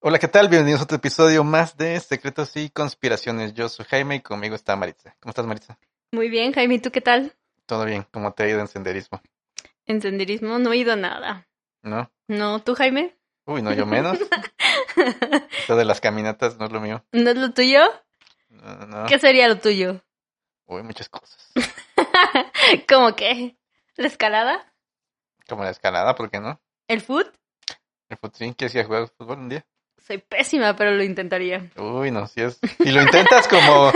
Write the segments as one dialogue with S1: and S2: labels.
S1: Hola, ¿qué tal? Bienvenidos a otro episodio más de Secretos y Conspiraciones. Yo soy Jaime y conmigo está Maritza. ¿Cómo estás, Maritza?
S2: Muy bien, Jaime, ¿y tú qué tal?
S1: Todo bien, ¿cómo te ha ido en senderismo?
S2: En senderismo no he ido a nada.
S1: ¿No?
S2: No, ¿tú, Jaime?
S1: Uy, no, yo menos. Esto de las caminatas no es lo mío.
S2: ¿No es lo tuyo?
S1: No, no.
S2: ¿Qué sería lo tuyo?
S1: Uy, muchas cosas.
S2: ¿Cómo qué? ¿La escalada?
S1: Como la escalada, ¿por qué no?
S2: ¿El foot?
S1: El fut- sí, ¿Quieres ir a jugar fútbol un día?
S2: Soy pésima, pero lo intentaría.
S1: Uy, no, si es. Y lo intentas como.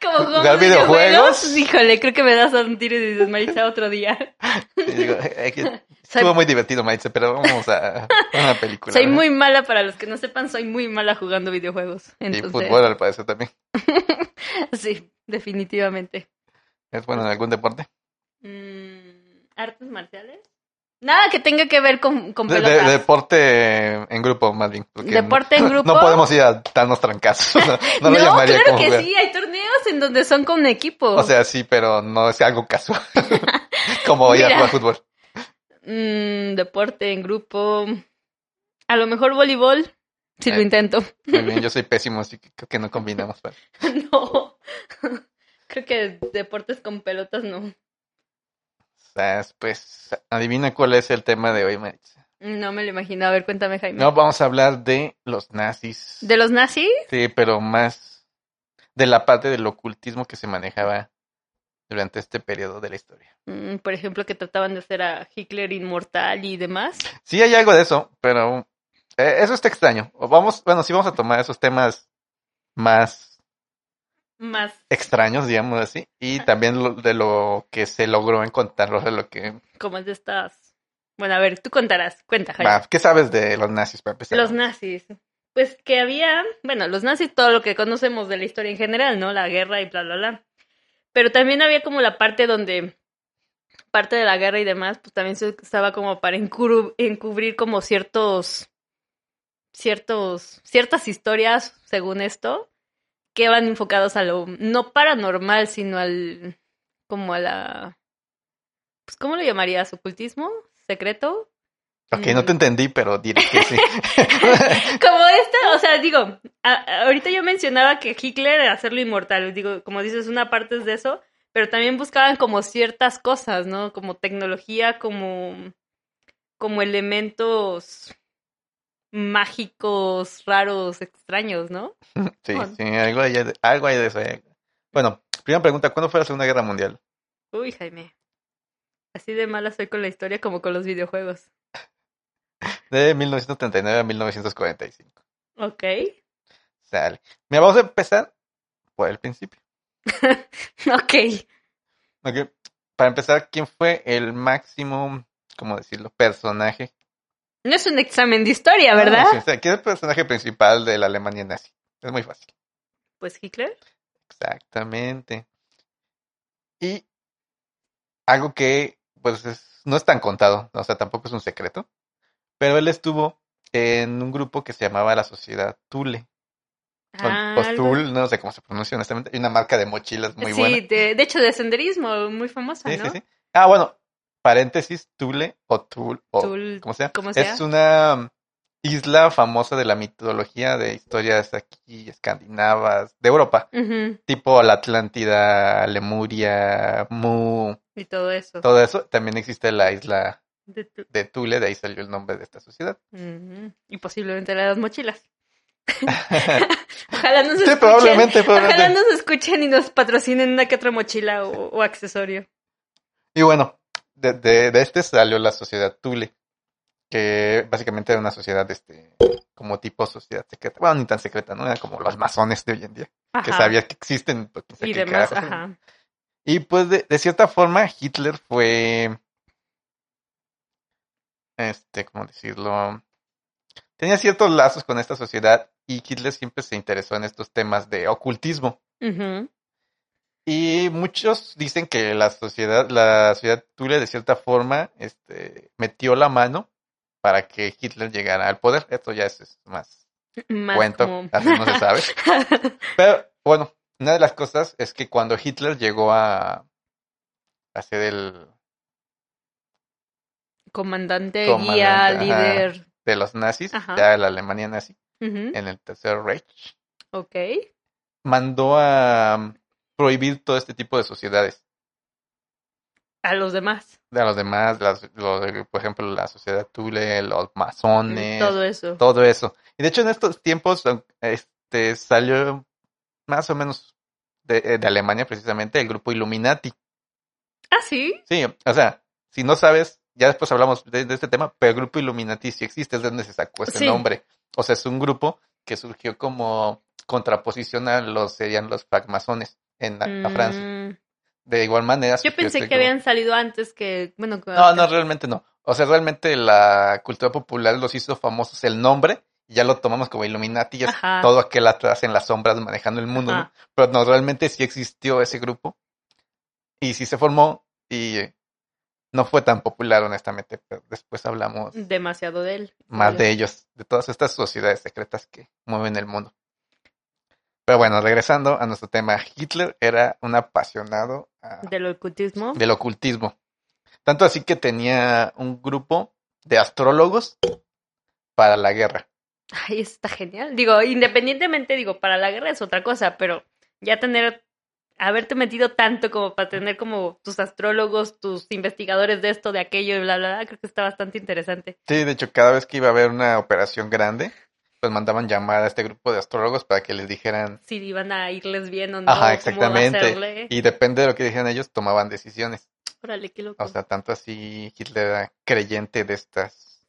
S2: ¿Cómo
S1: ¿Jugar
S2: jugamos videojuegos?
S1: videojuegos?
S2: Híjole, creo que me das a un tiro y dices, Maritza, otro día.
S1: y digo, "Ay, que-
S2: Soy-
S1: Estuvo muy divertido, Maritza, pero vamos a a una película.
S2: Soy
S1: ¿verdad?
S2: muy mala, para los que no sepan, soy muy mala jugando videojuegos.
S1: Y
S2: Entonces,
S1: fútbol, al parecer, también.
S2: sí, definitivamente.
S1: ¿Es bueno en algún deporte?
S2: Mm, ¿Artes marciales? Nada que tenga que ver con, con
S1: De- de-
S2: pelotas.
S1: deporte en grupo, más bien. porque
S2: Deporte en
S1: no-
S2: grupo.
S1: No podemos ir a darnos trancazos. No, no lo llamaría
S2: claro
S1: como
S2: que
S1: jugar.
S2: sí, hay torneos en donde son con equipo.
S1: O sea, sí, pero no es algo casual. como ir a
S2: Mira.
S1: jugar fútbol.
S2: Mm, deporte en grupo. A lo mejor voleibol, si lo
S1: Eh.
S2: intento.
S1: Muy bien, yo soy pésimo, así que creo que no combinamos. vale.
S2: no. Creo que deportes con pelotas no.
S1: O sea, pues, adivina cuál es el tema de hoy, Maritza.
S2: No me lo imagino. A ver, cuéntame, Jaime.
S1: No, vamos a hablar de los nazis.
S2: ¿De los nazis?
S1: Sí, pero más de la parte del ocultismo que se manejaba durante este periodo de la historia.
S2: Mm, por ejemplo, que trataban de hacer a Hitler inmortal y demás.
S1: Sí, hay algo de eso, pero eh, eso está extraño. O Vamos, bueno, sí vamos a tomar esos temas más
S2: Más
S1: extraños, digamos así, y también lo- de lo que se logró encontrar, o sea, lo que...
S2: como es de estas... Bueno, a ver, tú contarás. Cuenta, Jaime.
S1: Va, ¿Qué sabes de los nazis para empezar?
S2: Los nazis. Pues que había, bueno, los nazis, todo lo que conocemos de la historia en general, ¿no? La guerra y bla, bla, bla. Pero también había como la parte donde parte de la guerra y demás, pues también se usaba como para encubru- encubrir como ciertos, ciertos, ciertas historias, según esto, que van enfocados a lo, no paranormal, sino al, como a la, pues, ¿cómo lo llamarías? ¿Ocultismo? ¿Secreto?
S1: ok, no te entendí, pero diré que sí.
S2: como esta, o sea, digo, a- ahorita yo mencionaba que Hitler era hacerlo inmortal, digo, como dices, una parte es de eso, pero también buscaban como ciertas cosas, ¿no? Como tecnología, como, como elementos mágicos, raros, extraños, ¿no?
S1: sí,
S2: Bueno.
S1: sí, algo hay, de- algo hay de eso. eh. Bueno, primera pregunta, ¿cuándo fue la Segunda Guerra Mundial?
S2: Uy, Jaime. Así de mala soy con la historia como con los videojuegos.
S1: De 1939 a 1945.
S2: Ok.
S1: Sale. Mira, vamos a empezar por el principio.
S2: Ok.
S1: Ok, Para empezar, ¿quién fue el máximo, cómo decirlo, personaje?
S2: No es un examen de historia, ¿verdad?
S1: Ah, Sí, o sea, ¿quién es el personaje principal de la Alemania nazi? Es muy fácil.
S2: Pues Hitler.
S1: Exactamente. Y algo que, pues, es- no es tan contado, o sea, tampoco es un secreto, pero él estuvo en un grupo que se llamaba la Sociedad Thule, o,
S2: Ah,
S1: o
S2: algo-
S1: Thule, no sé cómo se pronuncia honestamente, y una marca de mochilas muy
S2: sí,
S1: buena.
S2: de, de hecho, de senderismo, muy famosa,
S1: Sí,
S2: ¿no?
S1: sí, sí. Ah, bueno, paréntesis, Thule o Thule, o
S2: Tul-
S1: como sea.
S2: como sea.
S1: Es una um, isla famosa de la mitología de historias aquí escandinavas, de Europa,
S2: Ujú,
S1: tipo la Atlántida, Lemuria, Mu,
S2: Y todo eso.
S1: todo eso. También existe la isla
S2: De tu-
S1: de Thule, de ahí salió el nombre de esta sociedad.
S2: Ujú, Y posiblemente las mochilas. Ojalá nos
S1: sí,
S2: escuchen.
S1: probablemente,
S2: Ojalá
S1: probablemente.
S2: nos escuchen y nos patrocinen una que otra mochila o, o accesorio.
S1: Y bueno, de, de- de este salió la sociedad Thule, que básicamente era una sociedad este como tipo sociedad secreta. Bueno, ni tan secreta, ¿no? Era como los masones de hoy en día, que
S2: Ajá,
S1: sabía que existen. pero quién sabe
S2: Y
S1: qué
S2: demás,
S1: carajos.
S2: ajá.
S1: Y pues de, de cierta forma Hitler fue, este, ¿cómo decirlo? Tenía ciertos lazos con esta sociedad y Hitler siempre se interesó en estos temas de ocultismo.
S2: Ujú,
S1: Y muchos dicen que la sociedad, la sociedad Thule de cierta forma, este, metió la mano para que Hitler llegara al poder. Esto ya es, es más
S2: Más
S1: cuento, Ah.
S2: como-
S1: así no se sabe. Pero bueno, una de las cosas es que cuando Hitler llegó a, a ser el
S2: Comandante,
S1: Comandante,
S2: guía,
S1: ajá.
S2: líder.
S1: de los nazis,
S2: Ajá.
S1: ya de la Alemania nazi,
S2: Ujú,
S1: en el Tercer Reich,
S2: Ok.
S1: mandó a um, prohibir todo este tipo de sociedades.
S2: A los demás.
S1: A los demás, las- los de- por ejemplo, la sociedad Tule, los masones,
S2: Mm, Todo eso.
S1: todo eso. Y de hecho en estos tiempos aun- este salió más o menos de, eh, de Alemania precisamente el grupo Illuminati.
S2: Ah, sí.
S1: Sí, o sea, si no sabes, ya después hablamos de, de este tema, pero el grupo Illuminati sí existe, es de donde se sacó ese
S2: Sí.
S1: nombre. O sea, es un grupo que surgió como contraposición a los serían los francmasones en la, a Francia.
S2: Mm,
S1: De igual manera.
S2: Yo
S1: surgió
S2: pensé
S1: este grupo.
S2: que habían salido antes que. Bueno, que-
S1: No, no, realmente no. O sea, realmente la cultura popular los hizo famosos el nombre y ya lo tomamos como Illuminati y es
S2: Ajá. ah,
S1: todo aquel atrás en las sombras manejando el mundo,
S2: Ajá.
S1: ¿no? Pero no, realmente sí existió ese grupo y sí se formó y eh, no fue tan popular, honestamente. Pero después
S2: Mm,
S1: hablamos
S2: Demasiado de él.
S1: más
S2: Híjole.
S1: de ellos, de todas estas sociedades secretas que mueven el mundo. Pero bueno, regresando a nuestro tema, Hitler era un apasionado a-
S2: Del ocultismo.
S1: del ocultismo. Tanto así que tenía un grupo de astrólogos para la guerra.
S2: Ay, eso está genial. Digo, independientemente, digo, para la guerra es otra cosa, pero ya tener. Haberte metido tanto como para tener como tus astrólogos, tus investigadores de esto, de aquello y bla, bla, bla, creo que está bastante interesante.
S1: Sí, de hecho, cada vez que iba a haber una operación grande, pues mandaban llamar a este grupo de astrólogos para que les dijeran,
S2: Si iban a irles bien o no,
S1: Ajá,
S2: cómo va a
S1: exactamente.
S2: hacerle.
S1: y depende de lo que dijeran ellos, tomaban decisiones.
S2: Órale, qué loco.
S1: O sea, tanto así Hitler era creyente de estas,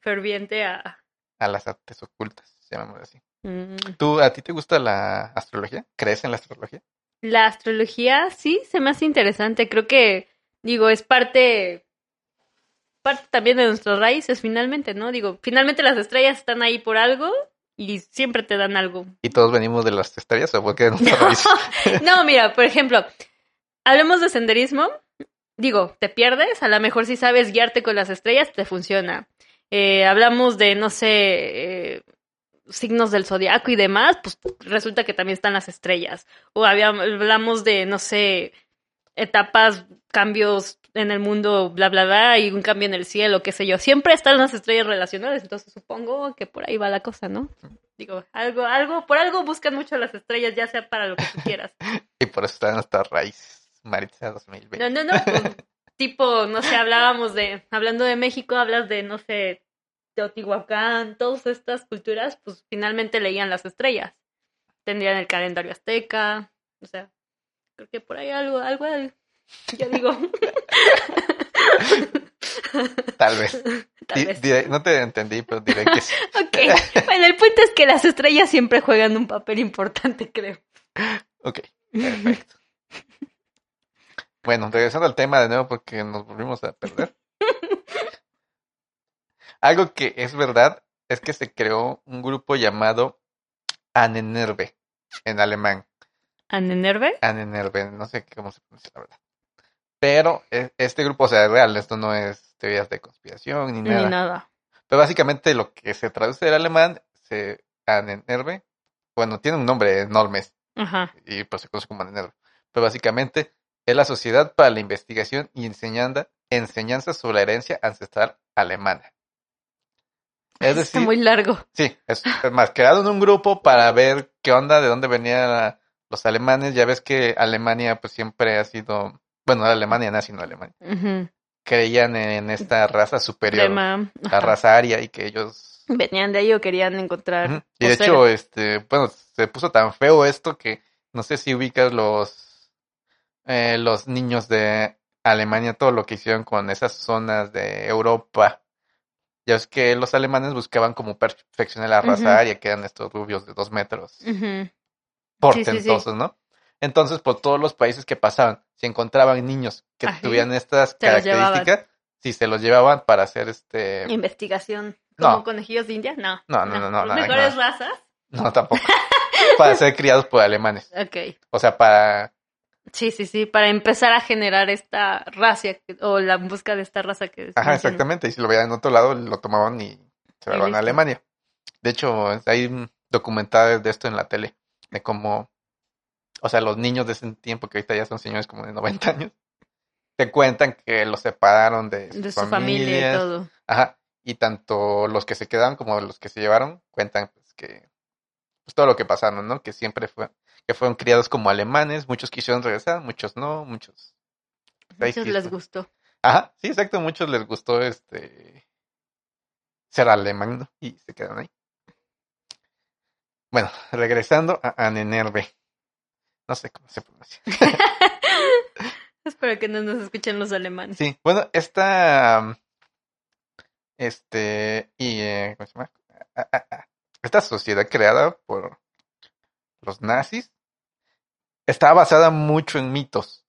S2: Ferviente a.
S1: a las artes ocultas, llamémoslo así.
S2: Mm.
S1: ¿Tú, a ti te gusta la astrología? ¿Crees en la astrología?
S2: La astrología sí se me hace interesante. Creo que, digo, es parte, parte también de nuestras raíces, finalmente, ¿no? Digo, finalmente las estrellas están ahí por algo y siempre te dan algo.
S1: ¿Y todos venimos de las estrellas o por qué? No, sabéis?
S2: No, mira, por ejemplo, hablemos de senderismo. Digo, te pierdes, a lo mejor si sabes guiarte con las estrellas, te funciona. Eh, hablamos de, no sé, eh, signos del zodiaco y demás, pues resulta que también están las estrellas. O había- hablamos de, no sé, etapas, cambios en el mundo, bla, bla, bla, y un cambio en el cielo, qué sé yo. Siempre están las estrellas relacionadas, entonces supongo que por ahí va la cosa, ¿no? Digo, algo, algo, por algo buscan mucho las estrellas, ya sea para lo que tú quieras.
S1: Y por eso están nuestras raíces. Maritza 2020.
S2: No, no, no, pues, tipo, no sé, hablábamos de, hablando de México, hablas de, no sé, Teotihuacán, todas estas culturas, pues finalmente leían las estrellas. Tendrían el calendario azteca, o sea, creo que por ahí algo, algo, hay. yo digo,
S1: Tal vez.
S2: tal
S1: Di- eh.
S2: vez.
S1: diré- no te entendí, pero diré que sí.
S2: Ok, bueno, el punto es que las estrellas siempre juegan un papel importante, creo.
S1: Ok, perfecto. Bueno, regresando al tema de nuevo porque nos volvimos a perder. Algo que es verdad es que se creó un grupo llamado Annenerbe en alemán.
S2: ¿Anenerve?
S1: Annenerbe, no sé cómo se pronuncia la verdad. Pero eh, este grupo, o sea, es real, esto no es teorías de conspiración ni nada.
S2: Ni nada.
S1: Pero básicamente lo que se traduce del alemán, se Annenerbe, bueno, tiene un nombre enorme, es
S2: Ajá.
S1: y pues se conoce como Anenero. Pero Pues, básicamente es la Sociedad para la Investigación y Enseñanza, enseñanza sobre la herencia ancestral alemana. Es
S2: Está
S1: decir,
S2: muy largo.
S1: sí, es, es más, crearon un grupo para ver qué onda, de dónde venían los alemanes. Ya ves que Alemania pues siempre ha sido, bueno, Alemania nazi, no Alemania.
S2: Ujú.
S1: Creían en esta raza superior,
S2: Crema.
S1: la
S2: Ajá.
S1: raza aria y que ellos...
S2: Venían de ahí o querían encontrar.
S1: Ujú. Y de
S2: o ser-
S1: hecho, este, bueno, se puso tan feo esto que no sé si ubicas los eh, los niños de Alemania, todo lo que hicieron con esas zonas de Europa. Ya es que los alemanes buscaban como perfeccionar la raza
S2: Ujú.
S1: aria, que eran estos rubios de dos metros,
S2: Ujú.
S1: portentosos, ¿no? Entonces, por todos los países que pasaban, si encontraban niños que
S2: Ajá.
S1: tuvieran estas
S2: Se los llevaban.
S1: características, si se los llevaban para hacer este...
S2: Investigación.
S1: No.
S2: ¿Como conejillos de India? No.
S1: No, no, no, no,
S2: Los
S1: nada,
S2: mejores
S1: nada.
S2: razas.
S1: No, tampoco. para ser criados por alemanes.
S2: Ok.
S1: O sea, para
S2: Sí, sí, sí. Para empezar a generar esta raza que- o la busca de esta raza que.
S1: Ajá,
S2: mencionas.
S1: exactamente. Y si lo veían en otro lado, lo tomaban y se lo
S2: Y
S1: daban a
S2: listo.
S1: Alemania. De hecho, es- hay mm, documentales de esto en la tele, de cómo, o sea, los niños de ese tiempo, que ahorita ya son señores como de 90 años, te cuentan que los separaron de sus
S2: De su familia y
S1: familias.
S2: todo.
S1: Ajá. Y tanto los que se quedaron como los que se llevaron cuentan pues, que pues todo lo que pasaron, ¿no? Que siempre fue, que fueron criados como alemanes, muchos quisieron regresar, muchos no, muchos. pues, ahí
S2: Muchos
S1: sí
S2: les
S1: está.
S2: gustó.
S1: Ajá, sí, exacto, muchos les gustó este ser alemán ¿no? y se quedan ahí. Bueno, regresando a Anenerve. No sé cómo se pronuncia.
S2: Espero que no nos escuchen los alemanes.
S1: Sí, bueno, esta. um, Este. Y. eh, ¿Cómo se llama? Ah, ah, ah. Esta sociedad creada por los nazis estaba basada mucho en mitos,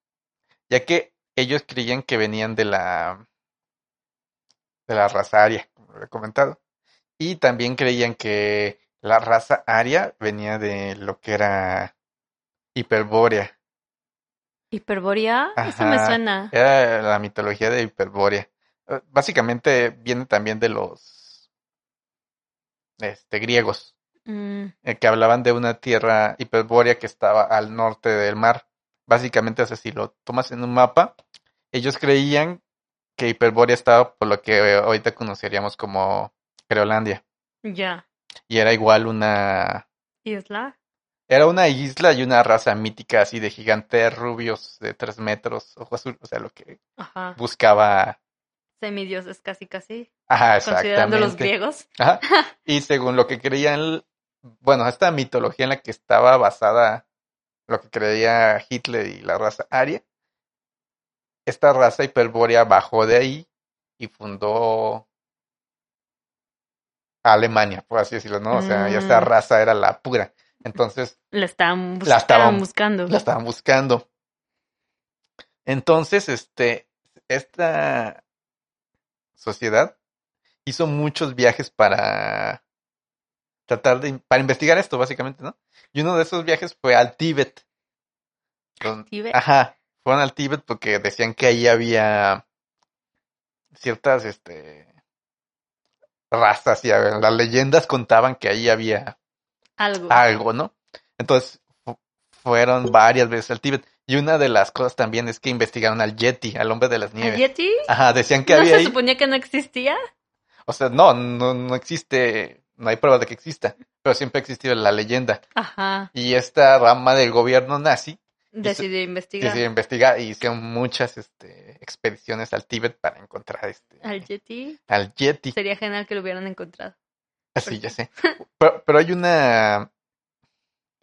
S1: ya que ellos creían que venían de la. de la raza aria, como lo he comentado. Y también creían que la raza aria venía de lo que era Hiperbórea.
S2: ¿Hiperborea? Eso me
S1: Ajá.
S2: suena.
S1: Era la mitología de Hiperbórea. Eh, Básicamente viene también de los este, griegos,
S2: Mm,
S1: eh, que hablaban de una tierra hiperbórea que estaba al norte del mar. Básicamente, o sea, si lo tomas en un mapa, ellos creían que Hiperbórea estaba por lo que eh, ahorita conoceríamos como Creolandia.
S2: ya.
S1: Y era igual una...
S2: ¿Isla?
S1: Era una isla y una raza mítica así de gigantes rubios de tres metros, ojo azul, o sea, lo que
S2: Ajá.
S1: buscaba...
S2: Semidioses casi casi.
S1: Ajá,
S2: Considerando los
S1: exactamente.
S2: griegos.
S1: Ajá. Y según lo que creían, bueno, esta mitología en la que estaba basada lo que creía Hitler y la raza aria, esta raza hiperbórea bajó de ahí y fundó Alemania, por así decirlo, ¿no? O sea, ya esta
S2: Mm.
S1: raza era la pura. Entonces,
S2: La estaban, bus-
S1: La estaban-
S2: estaban buscando.
S1: Pues, la estaban buscando. Entonces, este, esta sociedad hizo muchos viajes para tratar de, para investigar esto, básicamente, ¿no? Y uno de esos viajes fue al Tíbet. Don-
S2: Tíbet.
S1: Ajá, fueron al Tíbet porque decían que ahí había ciertas, este, razas y a- las leyendas contaban que ahí había
S2: Algo.
S1: algo, ¿no? Entonces fu- fueron varias veces al Tíbet. Y una de las cosas también es que investigaron al Yeti, al hombre de las
S2: ¿A
S1: nieves.
S2: Yeti?
S1: Ajá, decían que
S2: ¿No
S1: había
S2: se
S1: ahí.
S2: suponía que no existía?
S1: O sea, no, no, no existe, no hay prueba de que exista, pero siempre ha existido la leyenda.
S2: Ajá.
S1: Y esta rama del gobierno nazi
S2: Decidió investigar.
S1: decidió investigar y hicieron muchas este, expediciones al Tíbet para encontrar este,
S2: Al Yeti.
S1: al Yeti.
S2: Sería genial que lo hubieran encontrado.
S1: Sí, ya sé. Pero, pero hay una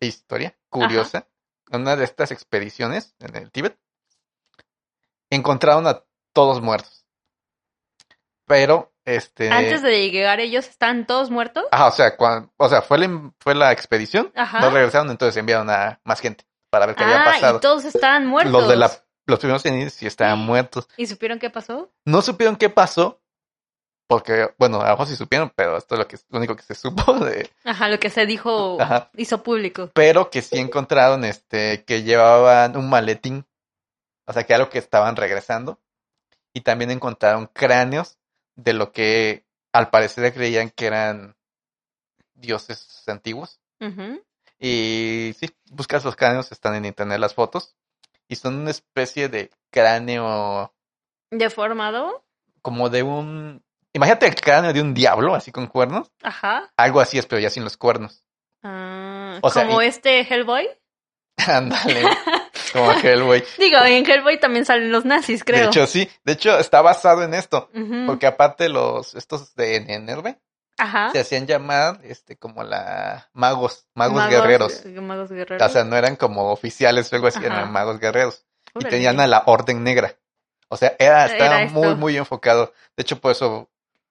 S1: historia curiosa. En una de estas expediciones en el Tíbet, encontraron a todos muertos. Pero, este...
S2: Antes de llegar ellos, ¿están todos muertos?
S1: Ajá, o sea, cuan- o sea fue, la, fue la expedición.
S2: Ajá.
S1: No regresaron, entonces enviaron a más gente para ver qué había
S2: Ah,
S1: pasado.
S2: y todos estaban muertos.
S1: Los de la... Los primeros en ir sí estaban muertos.
S2: ¿Y supieron qué pasó?
S1: No supieron qué pasó. Porque, bueno, a lo mejor sí supieron, pero esto es lo, que, lo único que se supo de...
S2: Ajá, lo que se dijo
S1: Ajá.
S2: hizo público.
S1: pero que sí encontraron este que llevaban un maletín, o sea, que era lo que estaban regresando, y también encontraron cráneos de lo que al parecer creían que eran dioses antiguos.
S2: Ujú.
S1: Y sí, buscas los cráneos, están en internet las fotos, y son una especie de cráneo
S2: Deformado.
S1: como de un... Imagínate el cráneo de un diablo, así con cuernos,
S2: Ajá.
S1: algo así es, pero ya sin los cuernos.
S2: Ah,
S1: O sea,
S2: como
S1: y-
S2: este Hellboy.
S1: Ándale, como aquel güey.
S2: Digo, en Hellboy también salen los nazis, creo. Mm.
S1: De hecho, sí, de hecho está basado en esto.
S2: Ujú.
S1: Porque aparte los, estos de Nerve
S2: Ajá.
S1: se hacían llamar este como la magos, magos, guerreros.
S2: eh, Magos guerreros.
S1: O sea, no eran como oficiales o algo así,
S2: Ajá.
S1: eran magos guerreros.
S2: Órale.
S1: Y tenían a la Orden Negra. O sea, era, estaba
S2: Era esto.
S1: muy, muy enfocado. De hecho, por eso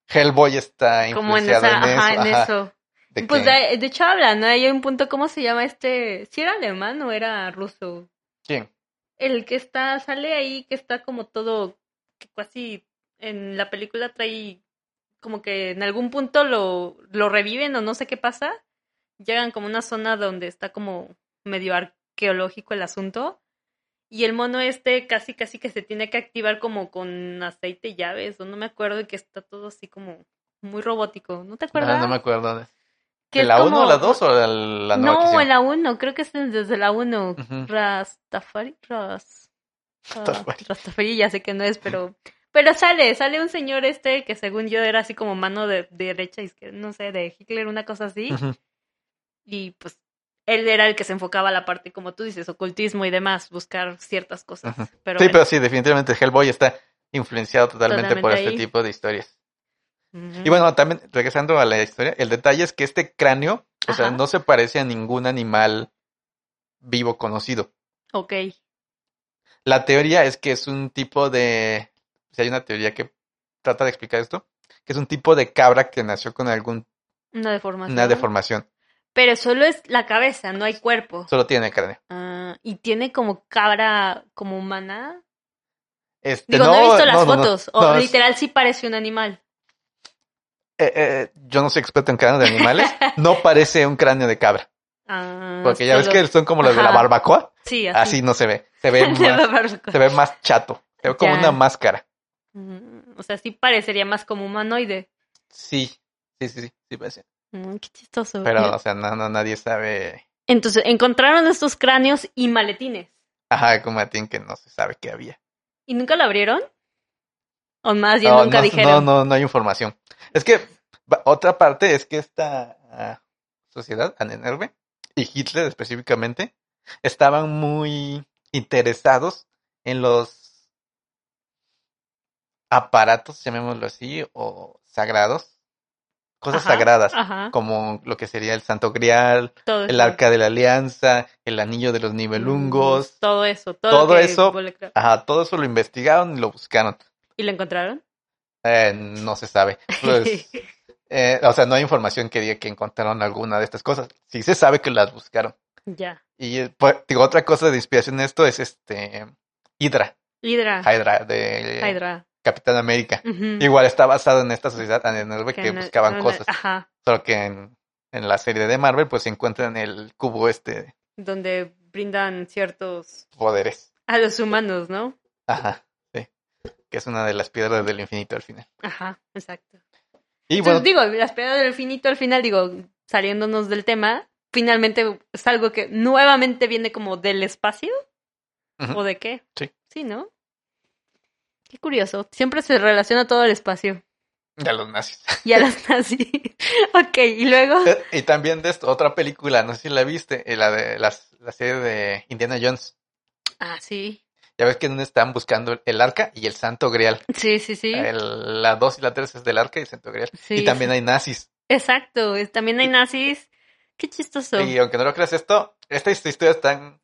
S1: Hellboy está
S2: como en
S1: influenciado
S2: esa,
S1: en,
S2: ajá, en
S1: eso. ajá,
S2: eso.
S1: de
S2: Pues
S1: que-
S2: de, de hecho habla, ¿no? Hay un punto, ¿cómo se llama este? Si era alemán o era ruso.
S1: ¿Quién?
S2: El que está, sale ahí, que está como todo, que casi en la película trae, como que en algún punto lo, lo reviven o no sé qué pasa. Llegan como a una zona donde está como medio arqueológico el asunto. Y el mono este casi casi que se tiene que activar como con aceite y llaves, o no me acuerdo, y que está todo así como muy robótico. ¿No te
S1: Ah, No,
S2: acuerdas?
S1: no me acuerdo. ¿De
S2: Que
S1: de
S2: es
S1: la 1
S2: como-
S1: o la 2 o la, la nueva que
S2: no,
S1: hicieron?
S2: en la 1, creo que es desde la 1.
S1: Ujú.
S2: Rastafari, Ras... Ra-
S1: Rastafari.
S2: Rastafari, ya sé que no es, pero... Pero sale, sale un señor este que según yo era así como mano de, de derecha, izquierda, no sé, de Hitler, una cosa así.
S1: Ujú.
S2: Y pues él era el que se enfocaba a la parte, como tú dices, ocultismo y demás, buscar ciertas cosas.
S1: Ujú.
S2: Pero
S1: sí,
S2: bueno.
S1: pero sí, definitivamente Hellboy está influenciado totalmente, por
S2: Totalmente
S1: este
S2: ahí.
S1: tipo de historias.
S2: Ujú.
S1: Y bueno, también regresando a la historia, el detalle es que este cráneo, o sea,
S2: Ajá.
S1: no se parece a ningún animal vivo conocido.
S2: Ok.
S1: La teoría es que es un tipo de, si hay una teoría que trata de explicar esto, que es un tipo de cabra que nació con alguna
S2: Una deformación.
S1: deformación.
S2: Pero solo es la cabeza, no hay cuerpo.
S1: Solo tiene cráneo.
S2: Ah, y tiene como cabra, como humana.
S1: Este,
S2: Digo, no, he visto las
S1: no, no, no.
S2: fotos.
S1: No,
S2: o
S1: es-
S2: literal sí parece un animal.
S1: eh, eh, yo no soy experto en cráneos de animales. No parece un cráneo de cabra.
S2: Ah,
S1: Porque ya ves
S2: solo-
S1: que son como los de la
S2: Ajá.
S1: barbacoa.
S2: Sí,
S1: Así
S2: así.
S1: Ah, no se ve. Se ve
S2: De
S1: más,
S2: barbacoa.
S1: se ve más chato. Se ve como
S2: Ya.
S1: una máscara.
S2: Mm, O sea, sí parecería más como humanoide.
S1: Sí, sí, sí, sí, sí parece.
S2: Mm, qué chistoso.
S1: Pero, o sea, no, no, nadie sabe.
S2: Entonces, encontraron estos cráneos y maletines.
S1: Ajá, como a ti que no se sabe qué había.
S2: ¿Y nunca lo abrieron? O más bien
S1: No,
S2: nunca
S1: no, no,
S2: dijeron.
S1: no, no hay información. Es que va- otra parte es que esta ah, sociedad, Anenerve, y Hitler específicamente, estaban muy interesados en los aparatos, llamémoslo así, o sagrados, cosas
S2: Ajá,
S1: sagradas,
S2: Ajá.
S1: como lo que sería el Santo Grial,
S2: Todo
S1: el
S2: eso.
S1: Arca de la Alianza, el Anillo de los Nibelungos,
S2: Mm, Todo eso. Todo,
S1: todo
S2: lo que
S1: eso.
S2: involucra-
S1: ajá, todo eso lo investigaron y lo buscaron.
S2: ¿Y lo encontraron?
S1: Eh, no se sabe. Pues, eh, o sea, no hay información que diga que encontraron alguna de estas cosas. Sí se sabe que las buscaron.
S2: ya.
S1: Y eh, pues, digo, otra cosa de inspiración en esto es este Hydra,
S2: Hydra.
S1: Hydra de
S2: Ah. Hydra. Mm.
S1: Capitán América.
S2: Ujú.
S1: Igual está basado en esta sociedad anónima que
S2: no-
S1: buscaban
S2: no-
S1: cosas.
S2: Ajá.
S1: Solo que en, en la serie de Marvel pues se encuentran el cubo este de
S2: Donde brindan ciertos.
S1: poderes.
S2: A los humanos, ¿no?
S1: Ajá, sí. Que es una de las piedras del infinito al final.
S2: Ajá, exacto.
S1: Y bueno,
S2: Entonces, digo, las piedras del infinito al final, digo, saliéndonos del tema, finalmente es algo que nuevamente viene como del espacio.
S1: Ujú.
S2: ¿O de qué?
S1: Sí.
S2: Sí, ¿no? Qué curioso. Siempre se relaciona todo al espacio
S1: ya los nazis.
S2: y a las nazis. ok, y luego.
S1: Eh, Y también de esto, otra película, no sé si la viste, eh, la de las- la serie de Indiana Jones.
S2: Ah, sí.
S1: Ya ves que en una están buscando el- el arca y el santo grial.
S2: Sí, sí, sí.
S1: El- la 2 y la 3 es del arca y el santo grial.
S2: Sí,
S1: Eh, y también
S2: sí.
S1: hay nazis.
S2: Exacto. es- También hay nazis. Qué chistoso.
S1: Y aunque no lo creas esto, estas historias están...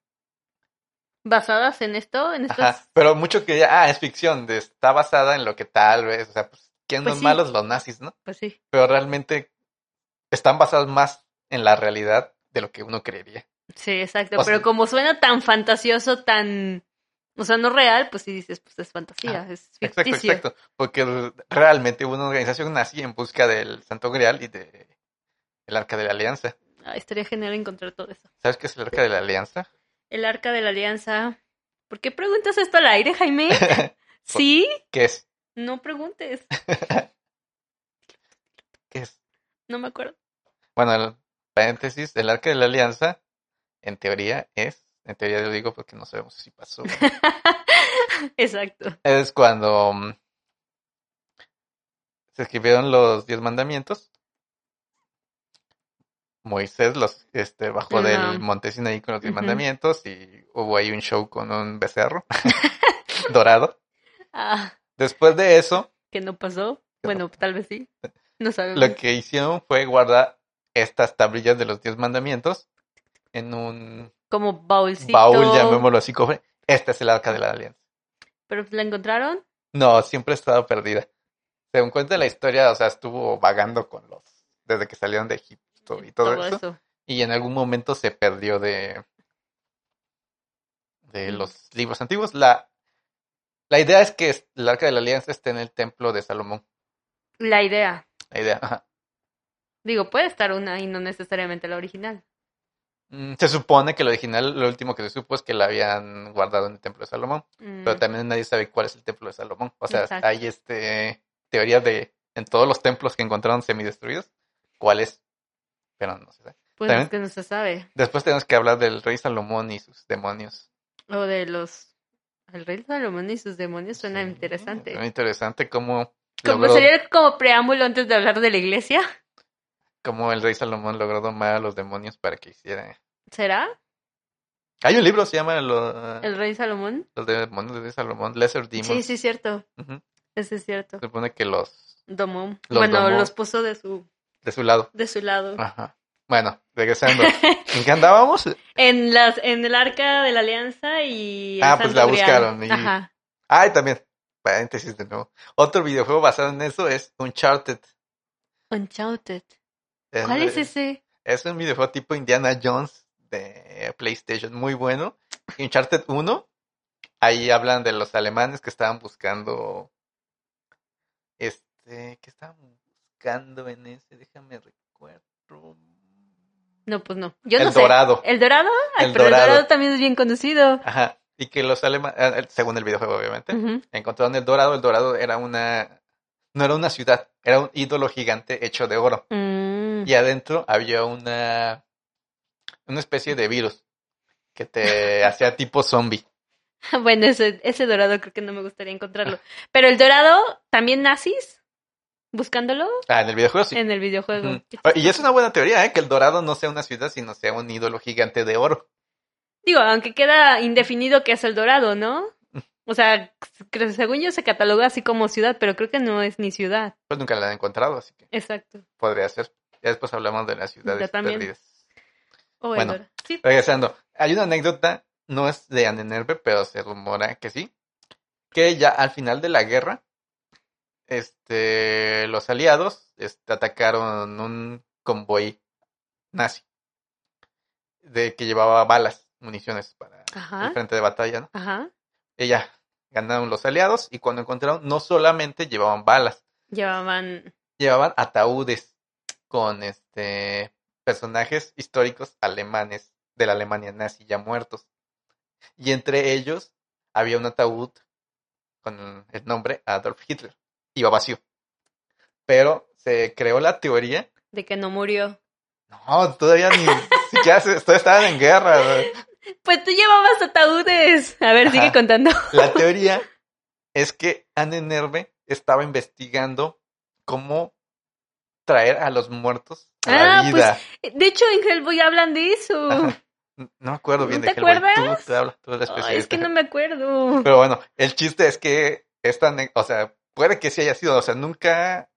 S2: Basadas en esto, en estos.
S1: Ajá, pero mucho que ya, ah, es ficción, de- está basada en lo que tal vez, o sea, pues, ¿quién
S2: Pues
S1: son
S2: sí.
S1: malos los nazis, no?
S2: Pues sí.
S1: Pero realmente están basadas más en la realidad de lo que uno creería.
S2: Sí, exacto.
S1: O sea-
S2: Pero como suena tan fantasioso, tan. O sea, no real, pues sí dices, pues es fantasía, es
S1: Ah, Exacto,
S2: ficticio.
S1: exacto. Porque r- realmente hubo una organización nazi en busca del Santo Grial y de el Arca de la Alianza.
S2: Ah, estaría genial encontrar todo eso.
S1: ¿Sabes qué es el Arca de la Alianza?
S2: El arca de la alianza. ¿Por qué preguntas esto al aire, Jaime? ¿Sí?
S1: ¿Qué es?
S2: No preguntes.
S1: ¿Qué es?
S2: No me acuerdo.
S1: Bueno, el paréntesis, el Arca de la Alianza, en teoría es, en teoría lo digo porque no sabemos si pasó.
S2: Exacto.
S1: es cuando mm, se escribieron los diez mandamientos. Moisés los este bajó
S2: Ajá.
S1: del monte Sinaí con los diez
S2: Ujú.
S1: mandamientos y hubo ahí un show con un becerro dorado.
S2: Ah,
S1: Después de eso,
S2: que no pasó.
S1: Que
S2: Bueno, tal vez sí. No sabemos.
S1: lo que hicieron fue guardar estas tablillas de los diez mandamientos en un
S2: Como baúlcito.
S1: baúl, llamémoslo así, cofre. Esta es el arca de la alianza.
S2: Pero la encontraron.
S1: No, siempre ha estado perdida. Según cuenta la historia, o sea, estuvo vagando con los desde que salieron de Egipto y todo, eso. Y en algún momento se perdió de de
S2: Mm.
S1: los libros antiguos. La la idea es que el arca de la alianza esté en el templo de Salomón.
S2: La idea.
S1: La idea, ajá.
S2: Digo, puede estar una y no necesariamente la original.
S1: Mm, Se supone que lo original, lo último que se supo es que la habían guardado en el templo de Salomón,
S2: Mm,
S1: pero también nadie sabe cuál es el templo de Salomón. O sea,
S2: Exacto.
S1: hay este teoría de en todos los templos que encontraron semidestruidos, cuál es, pero no se sabe.
S2: Pues
S1: también-
S2: es que no se sabe.
S1: Después tenemos que hablar del rey Salomón y sus demonios.
S2: O de los. El rey Salomón y sus demonios suena
S1: Sí,
S2: interesante.
S1: Muy interesante cómo
S2: Como
S1: logró-
S2: sería como preámbulo antes de hablar de la iglesia.
S1: cómo el rey Salomón logró domar a los demonios para que hiciera.
S2: ¿Será?
S1: Hay un libro, se llama Lo-
S2: ¿El rey Salomón?
S1: Los demonios del rey Salomón, Lesser Demons.
S2: Sí, sí, cierto.
S1: Ujú.
S2: Ese es cierto.
S1: Se supone que los
S2: Domó.
S1: Los
S2: bueno,
S1: domó. Ah.
S2: los puso de su,
S1: de su lado.
S2: de su lado.
S1: Ajá. Bueno, regresando. ¿En qué andábamos?
S2: En las, en el arca de la alianza y. el
S1: Ah, pues
S2: Santo
S1: la
S2: Grial.
S1: buscaron Ah, y-
S2: Ajá.
S1: Ay, también. Paréntesis de nuevo. Otro videojuego basado en eso es Uncharted.
S2: Uncharted.
S1: Es-
S2: ¿Cuál es ese?
S1: Es un videojuego tipo Indiana Jones de PlayStation, muy bueno. Y Uncharted 1, ahí hablan de los alemanes que estaban buscando. Este, ¿qué estaban buscando en ese? Déjame recuerdo.
S2: No, pues no. Yo
S1: el
S2: no sé.
S1: dorado.
S2: ¿El dorado? Ay,
S1: El
S2: pero el
S1: dorado.
S2: dorado también es bien conocido.
S1: Ajá. Y que los alemanes, según el videojuego, obviamente,
S2: Ujú.
S1: encontraron el dorado. El dorado era una. No era una ciudad, era un ídolo gigante hecho de oro.
S2: Mm.
S1: y adentro había una una especie de virus que te hacía tipo zombie.
S2: Bueno, ese, ese dorado creo que no me gustaría encontrarlo. Pero el dorado, también nazis, buscándolo
S1: Ah, en el videojuego sí.
S2: en el videojuego.
S1: Ujú. Ah, Y es una buena teoría, ¿eh? Que el dorado no sea una ciudad, sino sea un ídolo gigante de oro.
S2: Digo, aunque queda indefinido que es el dorado, ¿no? O sea, creo- según yo se cataloga así como ciudad, pero creo que no es ni ciudad.
S1: Pues nunca la han encontrado, así que
S2: Exacto.
S1: podría ser. Ya después hablamos de las ciudades
S2: Ya también.
S1: perdidas.
S2: O el
S1: Bueno.
S2: dorado. Sí.
S1: Regresando, hay una anécdota, no es de Anenerbe, pero se rumora que sí, que ya al final de la guerra, este, los aliados este, atacaron un convoy nazi de que llevaba balas, municiones para el
S2: Ajá.
S1: frente de batalla, ¿no?
S2: Ajá.
S1: Y ya ganaron los aliados y cuando encontraron no solamente llevaban balas,
S2: Llevaban.
S1: llevaban ataúdes con este personajes históricos alemanes de la Alemania nazi ya muertos. Y entre ellos había un ataúd con el nombre Adolf Hitler. Iba vacío. Pero se creó la teoría.
S2: De que no murió.
S1: No, todavía ni siquiera se- todavía estaban en guerra. güey.
S2: Pues tú llevabas ataúdes. A ver, sigue
S1: Ajá.
S2: contando.
S1: La teoría es que Anne Nerve estaba investigando cómo traer a los muertos a la
S2: Ah, pues,
S1: vida.
S2: De hecho, en Hellboy hablan de eso.
S1: Ajá. N- No me acuerdo bien
S2: ¿No
S1: de
S2: te
S1: Hellboy. Tú-
S2: acuerdas?
S1: Tú, hablas, tú eres
S2: Ay, es
S1: especialista.
S2: que no me acuerdo.
S1: Pero bueno, el chiste es que esta, ane- o sea, puede que sí haya sido, o sea, nunca,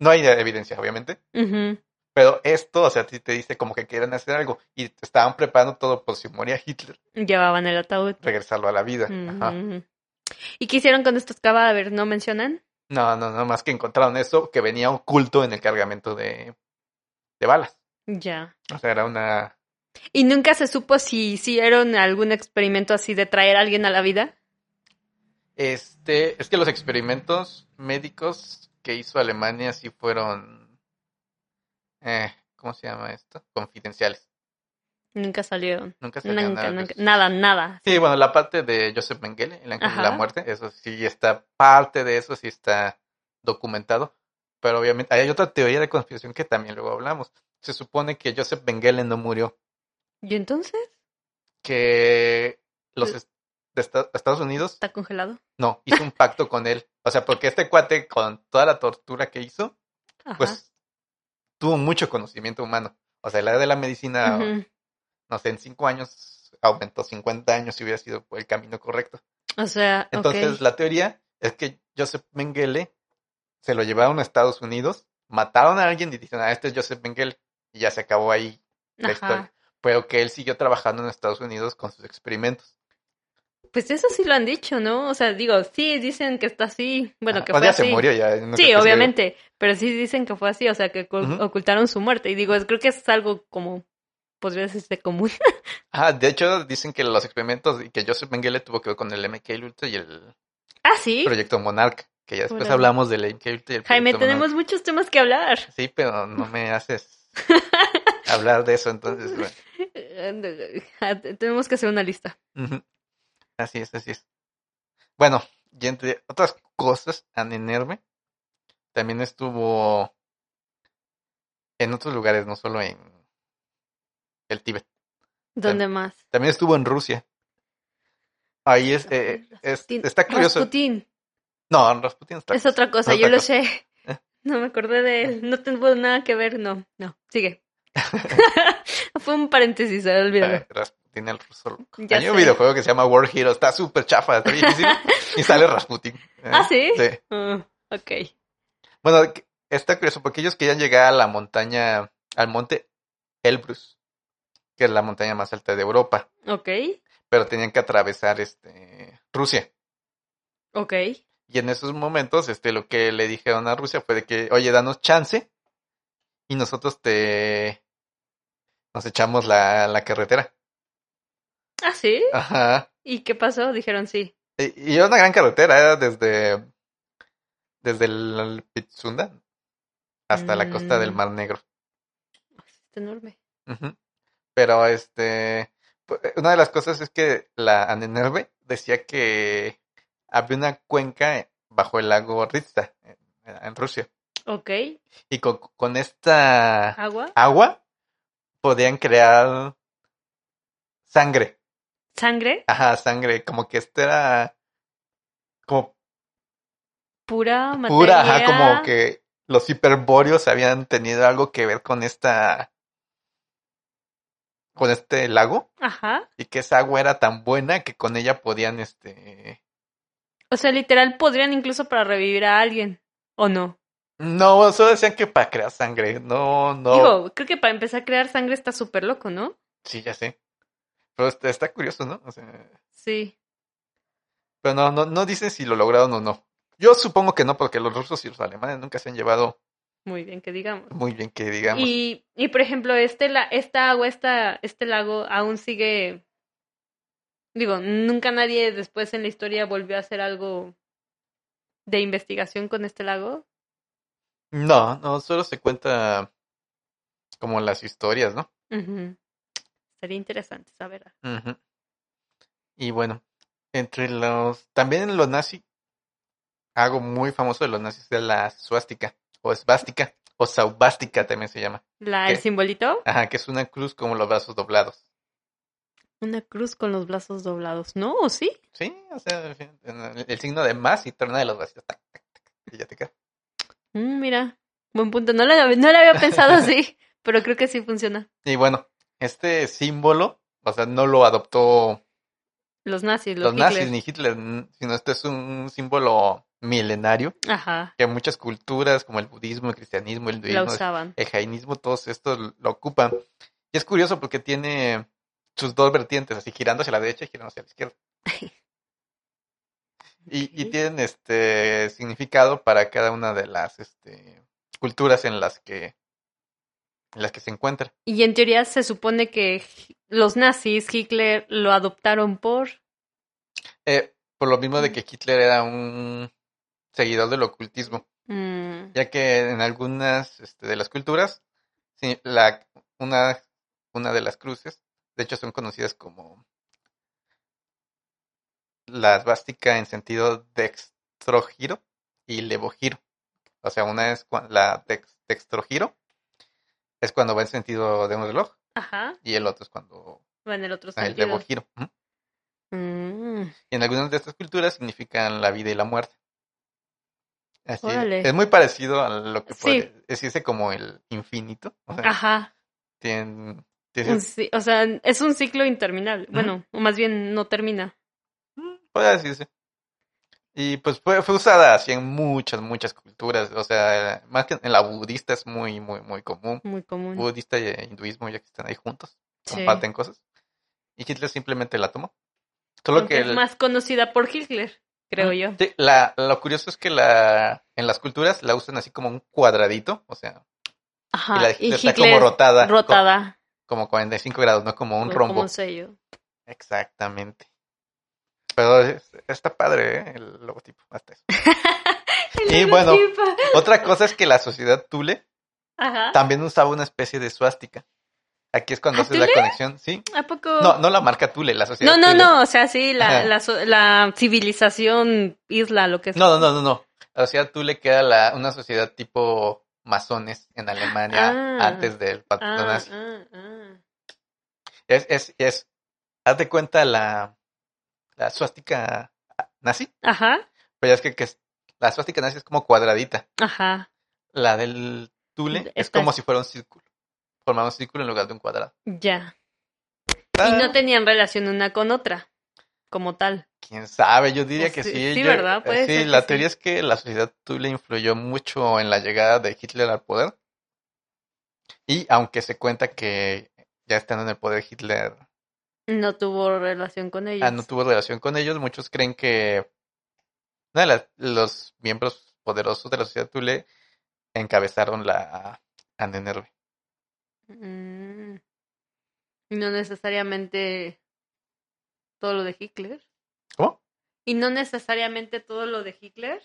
S1: no hay evidencia, obviamente,
S2: Ujú.
S1: pero esto, o sea, a ti te dice como que quieren hacer algo y te estaban preparando todo por si moría Hitler,
S2: Llevaban el ataúd.
S1: regresarlo a la vida. Ajá.
S2: Ujú. ¿Y qué hicieron con estos cadáveres? ¿No mencionan?
S1: No, no, no, más que encontraron eso que venía oculto en el cargamento de, de balas.
S2: Ya.
S1: O sea, era una,
S2: ¿Y nunca se supo si hicieron algún experimento así de traer a alguien a la vida?
S1: Este, es que los experimentos médicos que hizo Alemania sí fueron, eh, ¿cómo se llama esto? Confidenciales.
S2: Nunca salieron.
S1: Nunca se
S2: Nunca, nunca.
S1: pues.
S2: Nada, nada.
S1: Sí, bueno, la parte de Joseph Mengele, el ángel de la
S2: Ajá.
S1: muerte, eso sí está, parte de eso sí está documentado, pero obviamente hay otra teoría de conspiración que también luego hablamos. Se supone que Joseph Mengele no murió,
S2: ¿Y entonces?
S1: que los
S2: L-
S1: est- de Esta- Estados Unidos
S2: ¿Está congelado?
S1: no hizo un pacto con él, o sea, porque este cuate con toda la tortura que hizo
S2: Ajá.
S1: pues tuvo mucho conocimiento humano. O sea, la edad de la medicina,
S2: Ujú.
S1: no sé, en cinco años aumentó 50 años si hubiera sido el camino correcto.
S2: O sea, ok.
S1: Entonces, la teoría es que Joseph Mengele se lo llevaron a Estados Unidos, mataron a alguien y dijeron, ah, este es Joseph Mengele. Y ya se acabó ahí la
S2: Ajá.
S1: historia. Pero que él siguió trabajando en Estados Unidos con sus experimentos.
S2: Pues eso sí lo han dicho, ¿no? O sea, digo, sí, dicen que está así. Bueno,
S1: Ajá.
S2: que
S1: Pues
S2: fue
S1: ya
S2: así.
S1: se murió ya. no sé qué
S2: Sí,
S1: se-
S2: obviamente, pero sí dicen que fue así, o sea, que ocu-
S1: Ujú.
S2: ocultaron su muerte. Y digo, es- creo que es algo como, podría decirse común.
S1: Ah, de hecho, dicen que los experimentos y que Joseph Mengele tuvo que ver con el MK Ultra y el
S2: ah, sí.
S1: Proyecto Monarca, que ya después
S2: Órale.
S1: hablamos del MK Ultra y el
S2: Jaime,
S1: Proyecto
S2: tenemos
S1: Monarca.
S2: muchos temas que hablar.
S1: Sí, pero no me haces hablar de eso, entonces, bueno.
S2: eh, ah, tenemos que hacer una lista.
S1: Ujú. Así es, así es. Bueno, y entre otras cosas, Anne Nerve también estuvo en otros lugares, no solo en el Tíbet.
S2: ¿Dónde más?
S1: También estuvo en Rusia. Ahí es, eh, es-
S2: Rasputin.
S1: está curioso.
S2: Rasputin.
S1: No, ¿Eh? Rasputin está
S2: Es otra cosa,
S1: Es
S2: yo
S1: otra
S2: lo
S1: cosa.
S2: sé. No me acordé de él. No tengo nada que ver. No, no. Sigue. Fue un paréntesis, ahora olvídalo.
S1: Eh, Rasputin el ruso. loco.
S2: Ya
S1: Hay un
S2: sé.
S1: videojuego que se llama War Hero, está súper chafa, está bien difícil, y sale Rasputin. Eh,
S2: ¿Ah, sí?
S1: Sí.
S2: Ah, ok.
S1: Bueno, que- está curioso porque ellos querían llegar a la montaña, al monte Elbrus, que es la montaña más alta de Europa,
S2: Ok.
S1: pero tenían que atravesar este Rusia.
S2: Ok.
S1: Y en esos momentos, este, lo que le dijeron a Rusia fue de que, oye, danos chance y nosotros te nos echamos la, la carretera.
S2: Ah, sí.
S1: Ajá.
S2: ¿Y qué pasó? Dijeron sí.
S1: Y y era una gran carretera, era desde, desde el Pitsunda hasta la costa del
S2: Mm.
S1: Mar Negro.
S2: Ah, Está enorme.
S1: Ujú. Pero este, pu- una de las cosas es que la Anenerve decía que había una cuenca bajo el lago Rizta en, en Rusia
S2: Ok.
S1: y con, con esta
S2: ¿Agua?
S1: agua podían crear sangre,
S2: ¿Sangre?
S1: ajá, sangre, como que esta era como
S2: ¿Pura? ¿Materia?
S1: pura, ajá, como que los hiperbóreos habían tenido algo que ver con esta con este lago.
S2: Ajá.
S1: y que esa agua era tan buena que con ella podían este
S2: O sea, literal, podrían incluso para revivir a alguien. ¿O no?
S1: no solo decían que para crear sangre no no
S2: Digo, creo que para empezar a crear sangre está súper loco, ¿no?
S1: sí ya sé pero está, está curioso no O sea,
S2: Sí.
S1: pero no no no dicen si lo lograron o no yo supongo que no porque los rusos y los alemanes nunca se han llevado
S2: Muy bien, que digamos.
S1: muy bien que digamos
S2: Y, y por ejemplo, este la, esta agua, esta, este lago aún sigue. Digo, nunca nadie después en la historia volvió a hacer algo de investigación con este lago.
S1: no no solo se cuenta como las historias no
S2: Ujú. Sería interesante saber.
S1: Ujú. y bueno entre los también en los nazis algo muy famoso de los nazis es la suástica o esvástica o saubástica también se llama
S2: La,
S1: ¿Qué?
S2: el simbolito.
S1: Ajá, que es una cruz como los brazos doblados.
S2: Una cruz con los brazos doblados. ¿No? ¿O sí?
S1: Sí, o sea, al fin- en el, el signo de más y torna de los brazos. tac, tac, tac, y ya te queda.
S2: Mm, mira. Buen punto. No la, no la había pensado así, pero creo que sí funciona.
S1: Y bueno, este símbolo, o sea, no lo adoptó
S2: Los nazis, los,
S1: los nazis
S2: Hitler.
S1: ni Hitler, n- sino este es un símbolo milenario
S2: Ajá.
S1: que muchas culturas, como el budismo, el cristianismo, el
S2: La
S1: hinduismo,
S2: usaban.
S1: el jainismo, todos estos lo ocupan. Y es curioso porque tiene sus dos vertientes, así girando hacia la derecha y girando hacia la izquierda. Y, y
S2: Ok.
S1: tienen este significado para cada una de las este, culturas en las que en las que se encuentran.
S2: Y en teoría se supone que Hi- los nazis, Hitler, lo adoptaron por...
S1: Eh, por lo mismo de que Hitler era un seguidor del ocultismo,
S2: Mm,
S1: ya que en algunas este, de las culturas, sí, la, una, una de las cruces, de hecho son conocidas como la esvástica en sentido dextrogiro y levogiro. O sea, una es cua- la dex- dextrogiro, es cuando va en sentido de un reloj,
S2: ajá,
S1: y el otro es cuando
S2: va en el otro
S1: Ah, el
S2: sentido.
S1: debo giro. Ujú.
S2: Mm,
S1: Y en algunas de estas culturas significan la vida y la muerte. Así,
S2: Órale.
S1: es muy parecido a lo que
S2: Sí.
S1: puede decirse como el infinito. O sea,
S2: ajá,
S1: tienen-
S2: un
S1: tienen-
S2: ci- o sea, es un ciclo interminable. Bueno, o más bien no termina.
S1: puede decirse. Y pues fue, fue usada así en muchas, muchas culturas. O sea, más que en la budista es muy, muy, muy común.
S2: Muy común.
S1: Budista y eh, hinduismo ya que están ahí juntos,
S2: Sí.
S1: comparten cosas. Y Hitler simplemente la tomó. Solo
S2: Aunque
S1: que
S2: es
S1: el-
S2: más conocida por Hitler, creo yo.
S1: Sí, la, lo curioso es que la, en las culturas la usan así como un cuadradito, o sea,
S2: Ajá,
S1: y la de Hitler está como rotada, co-
S2: rotada,
S1: como 45 grados, no como un
S2: o
S1: rombo.
S2: como un sello.
S1: Exactamente. Pero es- está padre, ¿eh? El logotipo, hasta eso. Y bueno,
S2: logotipo.
S1: otra cosa es que la sociedad Tule
S2: Ajá.
S1: también usaba una especie de suástica. Aquí es cuando
S2: ¿Ah,
S1: haces la
S2: Thule?
S1: conexión, ¿sí?
S2: ¿A poco?
S1: No, no la marca Tule, la sociedad
S2: No, no,
S1: Thule.
S2: no, o sea, sí, la,
S1: Ajá.
S2: la, so- la civilización isla, lo que es.
S1: No, no, no, no, no. La sociedad Thule que era la, una sociedad tipo masones en Alemania
S2: Ah.
S1: antes del patronato
S2: Ah,
S1: nazi.
S2: ah, ah.
S1: Es, es, es, haz de cuenta la, la suástica nazi,
S2: Ajá,
S1: pero ya es que, que es- la suástica nazi es como cuadradita,
S2: ajá.
S1: La del tule es
S2: Esta-
S1: como si fuera un círculo. Formaba un círculo en lugar de un cuadrado.
S2: Ya.
S1: Ah.
S2: Y no tenían relación una con otra, como tal.
S1: ¿Quién sabe? Yo diría
S2: Pues
S1: que
S2: sí-
S1: sí.
S2: sí,
S1: yo-
S2: ¿verdad? Puede
S1: eh, sí,
S2: ser que
S1: la
S2: sí.
S1: teoría es que la sociedad tule influyó mucho en la llegada de Hitler al poder. Y aunque se cuenta que ya estando en el poder Hitler
S2: No tuvo relación con ellos.
S1: ah, no tuvo relación con ellos, muchos creen que una de las- los miembros poderosos de la sociedad tule encabezaron la a Nenerve.
S2: Mm. No necesariamente todo lo de Hitler.
S1: ¿Cómo?
S2: Y no necesariamente todo lo de Hitler.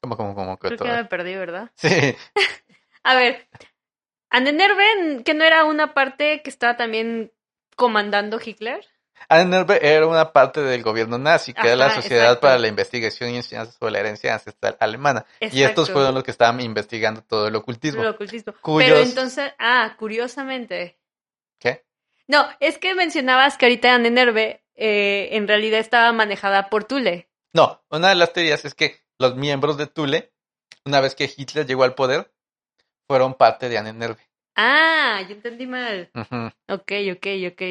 S1: Como, como, como que
S2: Creo que
S1: todo.
S2: ya me perdí, ¿verdad?
S1: Sí,
S2: A ver, Annenerven, que no era una parte que estaba también comandando Hitler.
S1: Annerbe era una parte del gobierno nazi, que era la
S2: Ajá,
S1: Sociedad
S2: exacto.
S1: para la Investigación y Enseñanza sobre la Herencia Ancestral Alemana. Y estos
S2: Exacto,
S1: fueron los que estaban investigando todo el ocultismo.
S2: lo ocultismo. Pero
S1: cuyos-
S2: entonces, ah, curiosamente.
S1: ¿Qué?
S2: No, es que mencionabas que ahorita Annenerve eh, en realidad estaba manejada por Tule.
S1: No, una de las teorías es que los miembros de Thule, una vez que Hitler llegó al poder, fueron parte de Annenerbe.
S2: Ah, yo entendí mal.
S1: Ujú.
S2: Ok, ok, ok.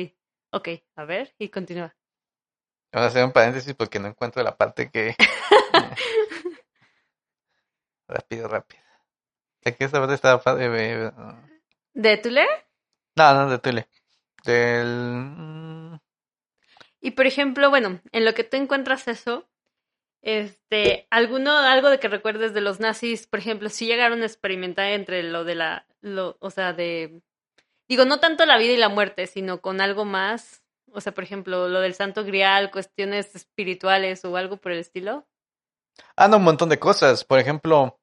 S2: Ok, a ver, y continúa.
S1: Vamos a hacer un paréntesis porque no encuentro la parte que... rápido, rápido. Sé que esa parte estaba... pa- eh, eh,
S2: ¿De Tule?
S1: No, no, de Thule. Del... mm,
S2: Y por ejemplo, bueno, en lo que tú encuentras eso, este, alguno, algo de que recuerdes de los nazis, por ejemplo, si llegaron a experimentar entre lo de la, lo, o sea, de, digo, no tanto la vida y la muerte, sino con algo más, o sea, por ejemplo, lo del Santo Grial, cuestiones espirituales o algo por el estilo.
S1: Ah, no, un montón de cosas. Por ejemplo,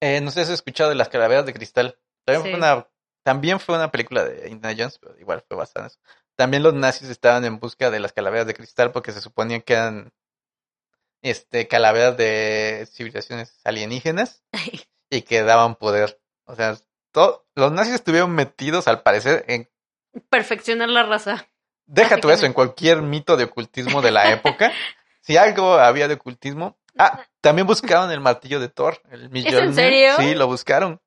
S1: eh, no sé si has escuchado de las calaveras de cristal. También fue
S2: Sí.
S1: una, también fue una película de Indiana Jones, pero igual fue basada en eso. También los nazis estaban en busca de las calaveras de cristal porque se suponía que eran este, calaveras de civilizaciones alienígenas y que daban poder. O sea, to- los nazis estuvieron metidos, al parecer, en...
S2: Perfeccionar la raza.
S1: Deja tú eso, en
S2: Básicamente.
S1: cualquier mito de ocultismo de la época. si algo había de ocultismo. Ah, también buscaron el martillo de Thor. El Mjolnir.
S2: serio?
S1: Sí, lo buscaron.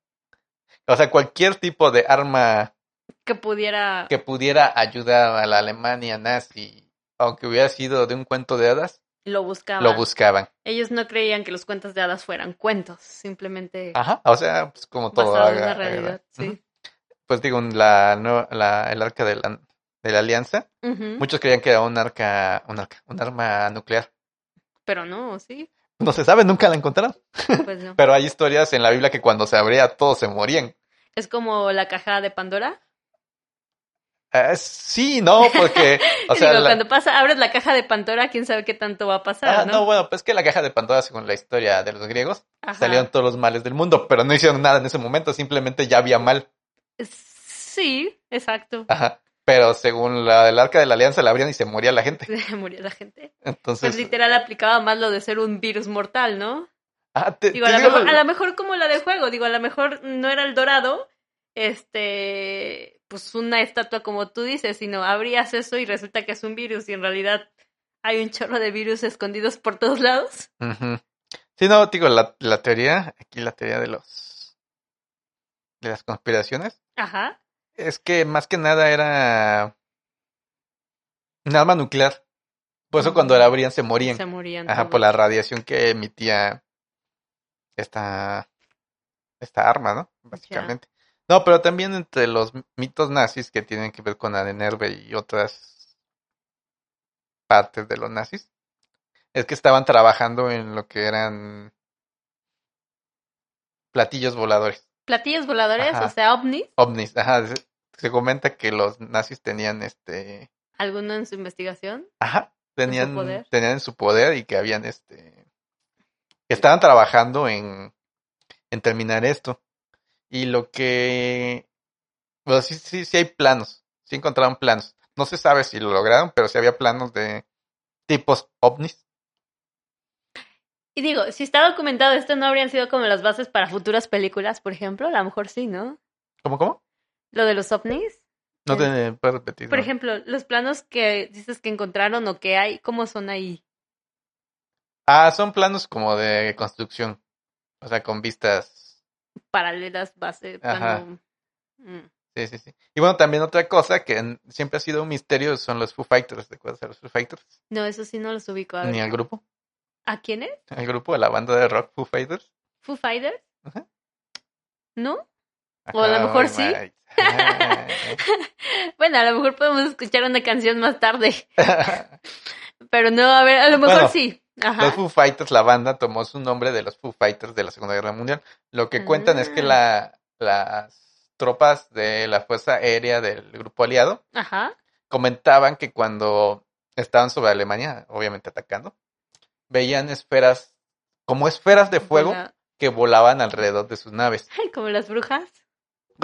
S1: O sea, cualquier tipo de arma
S2: Que pudiera.
S1: que pudiera ayudar a la Alemania nazi, aunque hubiera sido de un cuento de hadas,
S2: Lo buscaban.
S1: lo buscaban.
S2: Ellos no creían que los cuentos de hadas fueran cuentos, simplemente
S1: Ajá, o sea, pues como todo.
S2: basado en una
S1: haga-
S2: realidad.
S1: haga- Ujú.
S2: Sí.
S1: Pues digo, la, nue- la- el arca de la, de la alianza,
S2: Ujú.
S1: muchos creían que era un arca, un arca, un arma nuclear.
S2: Pero no, sí.
S1: No se sabe, nunca la encontraron.
S2: Pues no.
S1: Pero hay historias en la Biblia que cuando se abría todos se morían.
S2: Es como la caja de Pandora.
S1: Eh, sí, no, porque, o sea,
S2: Digo,
S1: la-
S2: cuando pasa, abres la caja de Pandora, quién sabe qué tanto va a pasar,
S1: Ah,
S2: ¿no?
S1: no, bueno, pues que la caja de Pandora, según la historia de los griegos,
S2: Ajá.
S1: salieron todos los males del mundo, pero no hicieron nada en ese momento, simplemente ya había mal.
S2: Sí, exacto.
S1: Ajá. Pero según la del Arca de la Alianza, la abrían y se moría la gente.
S2: Se murió la gente. Pues
S1: Entonces,
S2: literal aplicaba más lo de ser un virus mortal, ¿no?
S1: ah, te-
S2: Digo,
S1: te
S2: a lo
S1: digo
S2: mejor,
S1: la-
S2: a lo mejor como la del juego, digo, a lo mejor no era el dorado, este, pues una estatua como tú dices, sino abrías eso y resulta que es un virus y en realidad hay un chorro de virus escondidos por todos lados.
S1: Ujú. Sí, no, te digo, la, la teoría, aquí la teoría de los, de las conspiraciones,
S2: Ajá.
S1: es que más que nada era un arma nuclear. Por eso cuando
S2: Ujú.
S1: la abrían se morían.
S2: Ah, Se morían.
S1: Ajá,
S2: todos.
S1: por la radiación que emitía esta, esta arma, ¿no? Básicamente. No, pero también entre los mitos nazis que tienen que ver con Adenerve y otras partes de los nazis, es que estaban trabajando en lo que eran platillos voladores,
S2: Platillos voladores,
S1: Ajá.
S2: o sea, ovnis.
S1: ovnis. Ajá, se, se comenta que los nazis tenían este,
S2: ¿Alguno en su investigación?
S1: Ajá,
S2: su
S1: tenían,
S2: poder.
S1: tenían en su poder y que habían este que estaban trabajando en, en terminar esto. Y lo que bueno, sí, sí, sí hay planos, sí encontraron planos. No se sabe si lo lograron, pero sí había planos de tipos ovnis.
S2: Y digo, si está documentado esto, ¿no habrían sido como las bases para futuras películas, por ejemplo? A lo mejor sí, ¿no?
S1: ¿Cómo, cómo?
S2: Lo de los ovnis.
S1: No te
S2: Eh,
S1: puedo repetir.
S2: Por
S1: no.
S2: ejemplo, los planos que dices que encontraron o que hay, ¿cómo son ahí?
S1: Ah, son planos como de construcción. O sea, con vistas.
S2: paralelas base
S1: Ajá.
S2: plano- Mm.
S1: Sí, sí, sí. Y bueno, también otra cosa que en- siempre ha sido un misterio son los Foo Fighters. ¿Te acuerdas de los Foo Fighters?
S2: No, eso sí no los ubico. ¿A, ver.
S1: Ni al grupo.
S2: ¿A quién es?
S1: Al grupo, a la banda de rock Foo Fighters.
S2: ¿Foo Fighters?
S1: Ajá.
S2: ¿No? O a lo
S1: Ajá,
S2: mejor
S1: ay,
S2: sí.
S1: ay. Ah.
S2: Bueno, a lo mejor podemos escuchar una canción más tarde. Pero no, a ver, a lo mejor
S1: Bueno,
S2: sí.
S1: Los
S2: Ajá.
S1: Foo Fighters, la banda, tomó su nombre de los Foo Fighters de la Segunda Guerra Mundial. Lo que cuentan es que
S2: Ah.
S1: la, las tropas de la Fuerza Aérea del Grupo Aliado
S2: Ajá.
S1: comentaban que cuando estaban sobre Alemania, obviamente atacando, veían esferas, como esferas de fuego
S2: Vola-
S1: que volaban alrededor de sus naves.
S2: Ay, como las brujas.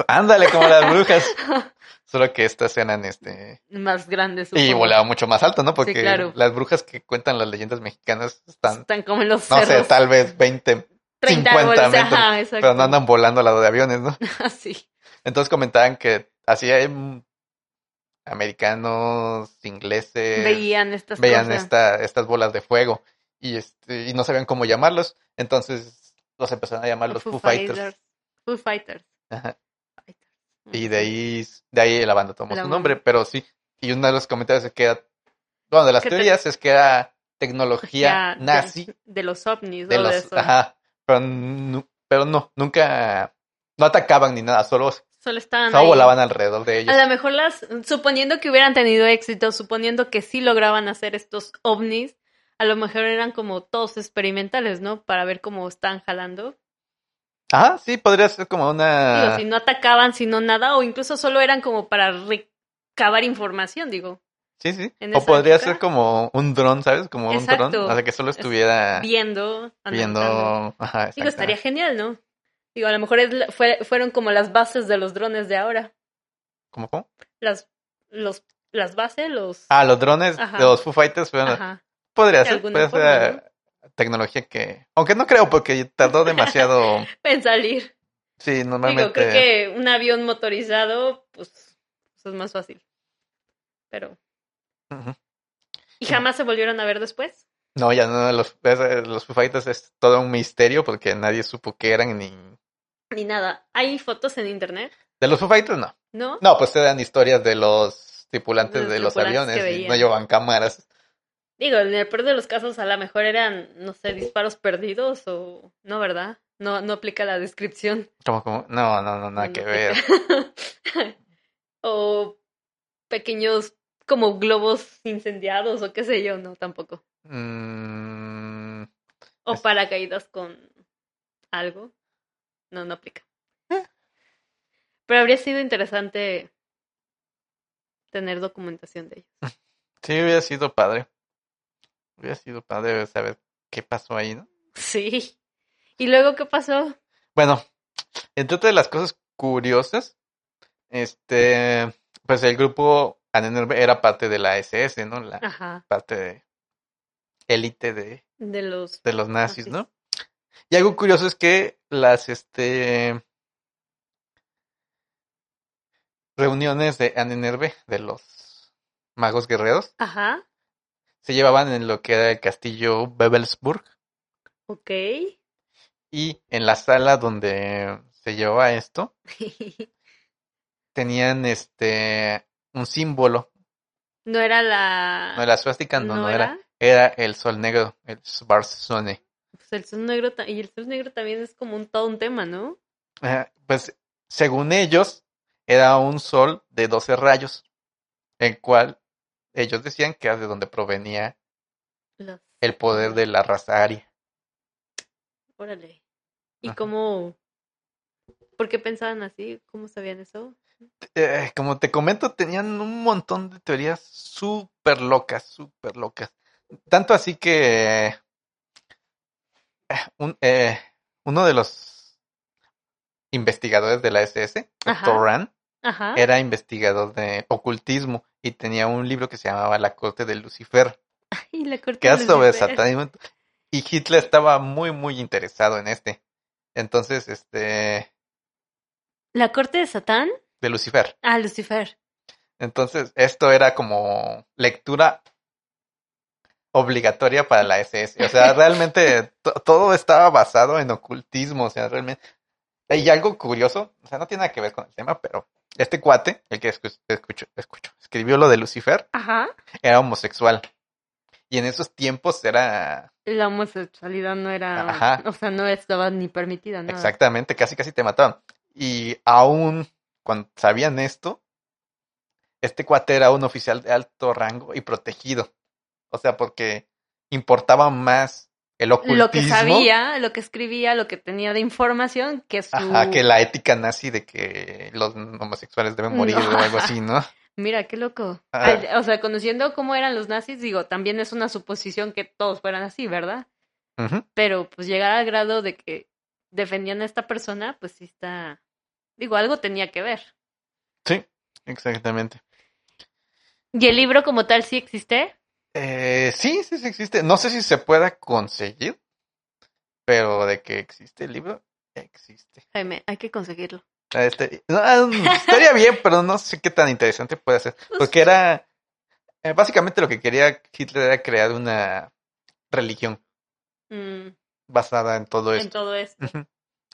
S1: Ándale, como las brujas. Solo que estas eran este.
S2: Más grandes.
S1: Y
S2: supongo.
S1: volaban mucho más alto, ¿no? Porque
S2: claro.
S1: las brujas que cuentan las leyendas mexicanas están,
S2: Están como en los
S1: no sé,
S2: cerros.
S1: tal vez 20
S2: 30
S1: 50
S2: árboles.
S1: metros,
S2: Ajá, exacto.
S1: Pero no andan volando al lado de aviones, ¿no?
S2: Así.
S1: Entonces comentaban que así hay mm, americanos, ingleses,
S2: Veían estas
S1: Eh, veían
S2: cosas.
S1: esta, estas bolas de fuego y, este, y no sabían cómo llamarlos. Entonces los empezaron a llamar los Foo, Fighters.
S2: Foo Fighters.
S1: Ajá.
S2: Fighters.
S1: Y de ahí, de ahí la banda tomó su
S2: La banda.
S1: nombre, pero sí. Y uno de los comentarios es que era, bueno, de las
S2: Que te-
S1: teorías es que era tecnología
S2: Ya, de-
S1: nazi
S2: De los ovnis.
S1: de
S2: o de
S1: los,
S2: eso.
S1: ajá, pero, nu- pero no, nunca, no atacaban ni nada, solo
S2: Solo estaban
S1: Solo
S2: ahí.
S1: volaban alrededor de ellos.
S2: A lo mejor las, suponiendo que hubieran tenido éxito, suponiendo que sí lograban hacer estos ovnis, a lo mejor eran como todos experimentales, ¿no? Para ver cómo están jalando.
S1: Ajá, sí, podría ser como
S2: Digo,
S1: una...
S2: si no atacaban, si no nada, o incluso solo eran como para recabar información, digo,
S1: Sí, sí.
S2: en
S1: O
S2: esa
S1: podría
S2: época.
S1: ser como un dron, ¿sabes? Como un
S2: Exacto.
S1: dron. O sea, que solo estuviera
S2: viendo, analizando.
S1: viendo... Ajá,
S2: Digo, estaría
S1: exactamente.
S2: genial, ¿no? Digo, a lo mejor es la- fue- fueron como las bases de los drones de ahora.
S1: ¿Cómo, cómo?
S2: Las, los, las bases, los...
S1: Ah, los drones
S2: Ajá.
S1: de los Foo Fighters. bueno,
S2: Ajá.
S1: podría
S2: De
S1: ser,
S2: alguna
S1: podría ser
S2: forma,
S1: eh, tecnología que... Aunque no creo porque tardó demasiado...
S2: En salir.
S1: sí,
S2: Digo, creo
S1: normalmente...
S2: que un avión motorizado, pues, pues es más fácil. Pero.
S1: Ujú.
S2: ¿Y jamás se volvieron a ver después?
S1: No, ya no, los, es- eh, los Foo Fighters es todo un misterio porque nadie supo qué eran ni...
S2: Ni nada. ¿Hay fotos en internet?
S1: De los Foo Fighters no.
S2: ¿No?
S1: No, pues te dan historias de los tripulantes
S2: Los
S1: de los
S2: tripulantes
S1: aviones
S2: que
S1: y no
S2: veían.
S1: llevan cámaras.
S2: Digo, en el peor de los casos, a lo mejor eran, no sé, disparos perdidos o. No, ¿verdad? No, no aplica la descripción.
S1: Como, como, no, no, no, nada
S2: No, no
S1: que ver.
S2: aplica. Este, o pequeños como globos incendiados o qué sé yo, no, tampoco.
S1: Mm,
S2: O
S1: Es-
S2: paracaídas con algo. No, no aplica.
S1: ¿Eh?
S2: Pero habría sido interesante tener documentación de ellos.
S1: sí, hubiera sido padre. Hubiera sido padre saber qué pasó ahí, ¿no?
S2: Sí. ¿Y luego qué pasó?
S1: Bueno, entre otras las cosas curiosas, este, pues el grupo Annenberg era parte de la SS, ¿no? La
S2: Ajá.
S1: parte de élite de,
S2: De los...
S1: de los nazis,
S2: Nazis.
S1: ¿no? Y algo curioso es que las este reuniones de Annenerbe, de los magos guerreros,
S2: Ajá.
S1: se llevaban en lo que era el castillo Bebelsburg
S2: Ok.
S1: y en la sala donde se llevaba esto tenían este un símbolo,
S2: no era la...
S1: no era suástica, no,
S2: ¿No
S1: no era, era el sol negro, el Schwarzsonne.
S2: Pues el sol negro... ta- Y el sol negro también es como un, todo un tema, ¿no?
S1: Ajá, Pues según ellos, era un sol de 12 rayos, el cual ellos decían que era de donde provenía
S2: Los-
S1: el poder de la raza aria.
S2: Órale. ¿Y
S1: Ajá.
S2: cómo... ¿Por qué pensaban así? ¿Cómo sabían eso?
S1: Eh, como te comento, tenían un montón de teorías súper locas, súper locas. Tanto así que eh, un- eh, uno de los investigadores de la SS,
S2: Ajá. Ah.
S1: Torran,
S2: Ajá.
S1: era investigador de ocultismo y tenía un libro que se llamaba La corte de Lucifer.
S2: Y la corte
S1: que era
S2: de
S1: sobre
S2: Lucifer.
S1: satanismo. Y Hitler estaba muy, muy interesado en este. Entonces, este,
S2: ¿La corte de Satán?
S1: de Lucifer.
S2: Ah, Lucifer.
S1: Entonces, esto era como lectura obligatoria para la SS. O sea, realmente to- todo estaba basado en ocultismo. O sea, realmente. Hay algo curioso, o sea, no tiene nada que ver con el tema, pero este cuate, el que escu- escucho- escucho, escribió lo de Lucifer,
S2: Ajá.
S1: era homosexual. Y en esos tiempos era
S2: La homosexualidad no era,
S1: Ajá.
S2: o sea, no estaba ni permitida, ¿no?
S1: Exactamente, casi casi te mataban. Y aún cuando sabían esto, este cuate era un oficial de alto rango y protegido. O sea, porque importaba más el ocultismo
S2: Lo que sabía, lo que escribía, lo que tenía de información, que su...
S1: ajá, que la ética nazi de que los homosexuales deben morir
S2: No.
S1: o algo así, ¿no?
S2: Mira, qué loco.
S1: Ajá.
S2: Al- O sea, conociendo cómo eran los nazis, digo, también es una suposición que todos fueran así, ¿verdad?
S1: Ujú.
S2: Pero pues llegar al grado de que defendían a esta persona, pues sí está... Digo, algo tenía que ver.
S1: Sí, exactamente.
S2: ¿Y el libro como tal sí existe?
S1: Eh, sí, sí, sí existe. No sé si se pueda conseguir, pero de que existe el libro, existe.
S2: Jaime, hay que conseguirlo.
S1: Ah, este- no, estaría bien, pero no sé qué tan interesante puede
S2: Pues
S1: ser. Porque era. eh, básicamente lo que quería Hitler era crear una religión
S2: Mm,
S1: basada en todo
S2: en
S1: esto.
S2: todo esto.
S1: Ujú.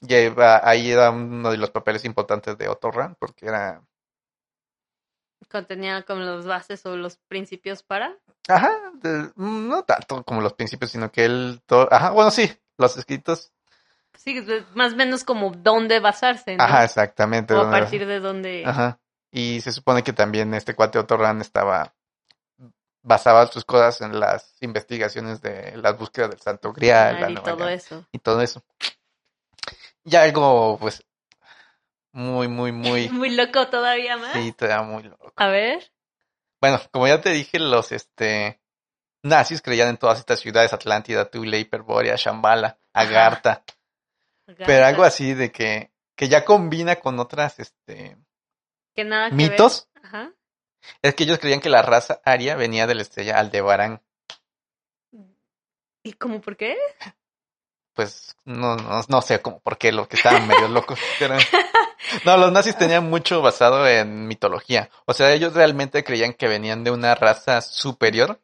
S1: Y ahí va- ahí era uno de los papeles importantes de Otto Rahn, porque era.
S2: Contenía como los bases o los principios para...
S1: Ajá, de- mm, no tanto como los principios, sino que él. to- ajá, bueno, sí, los escritos.
S2: pues, Sí, de- más o menos como dónde basarse, ¿no?
S1: Ajá, exactamente.
S2: o a
S1: donde-
S2: partir de dónde...
S1: Ajá. Y se supone que también este cuate Otto Rahn estaba basaba sus cosas en las investigaciones de las búsquedas del Santo Grial la
S2: y
S1: Nueva
S2: todo
S1: Granada,
S2: eso.
S1: y todo eso. Ya algo pues muy muy muy
S2: Muy loco todavía más.
S1: sí, te da muy loco.
S2: A ver.
S1: Bueno, como ya te dije, los este nazis creían en todas estas ciudades, Atlántida, Tule, Hiperbórea, Shambhala, Agartha, pero algo así de que que ya combina con otras este
S2: Que nada que ver.
S1: mitos
S2: Ajá.
S1: Es que ellos creían que la raza aria venía de la estrella Aldebarán.
S2: ¿Y cómo por qué?
S1: Pues no, no, no sé cómo, por qué, los que estaban medio locos. pero- No, los nazis tenían mucho basado en mitología. O sea, ellos realmente creían que venían de una raza superior,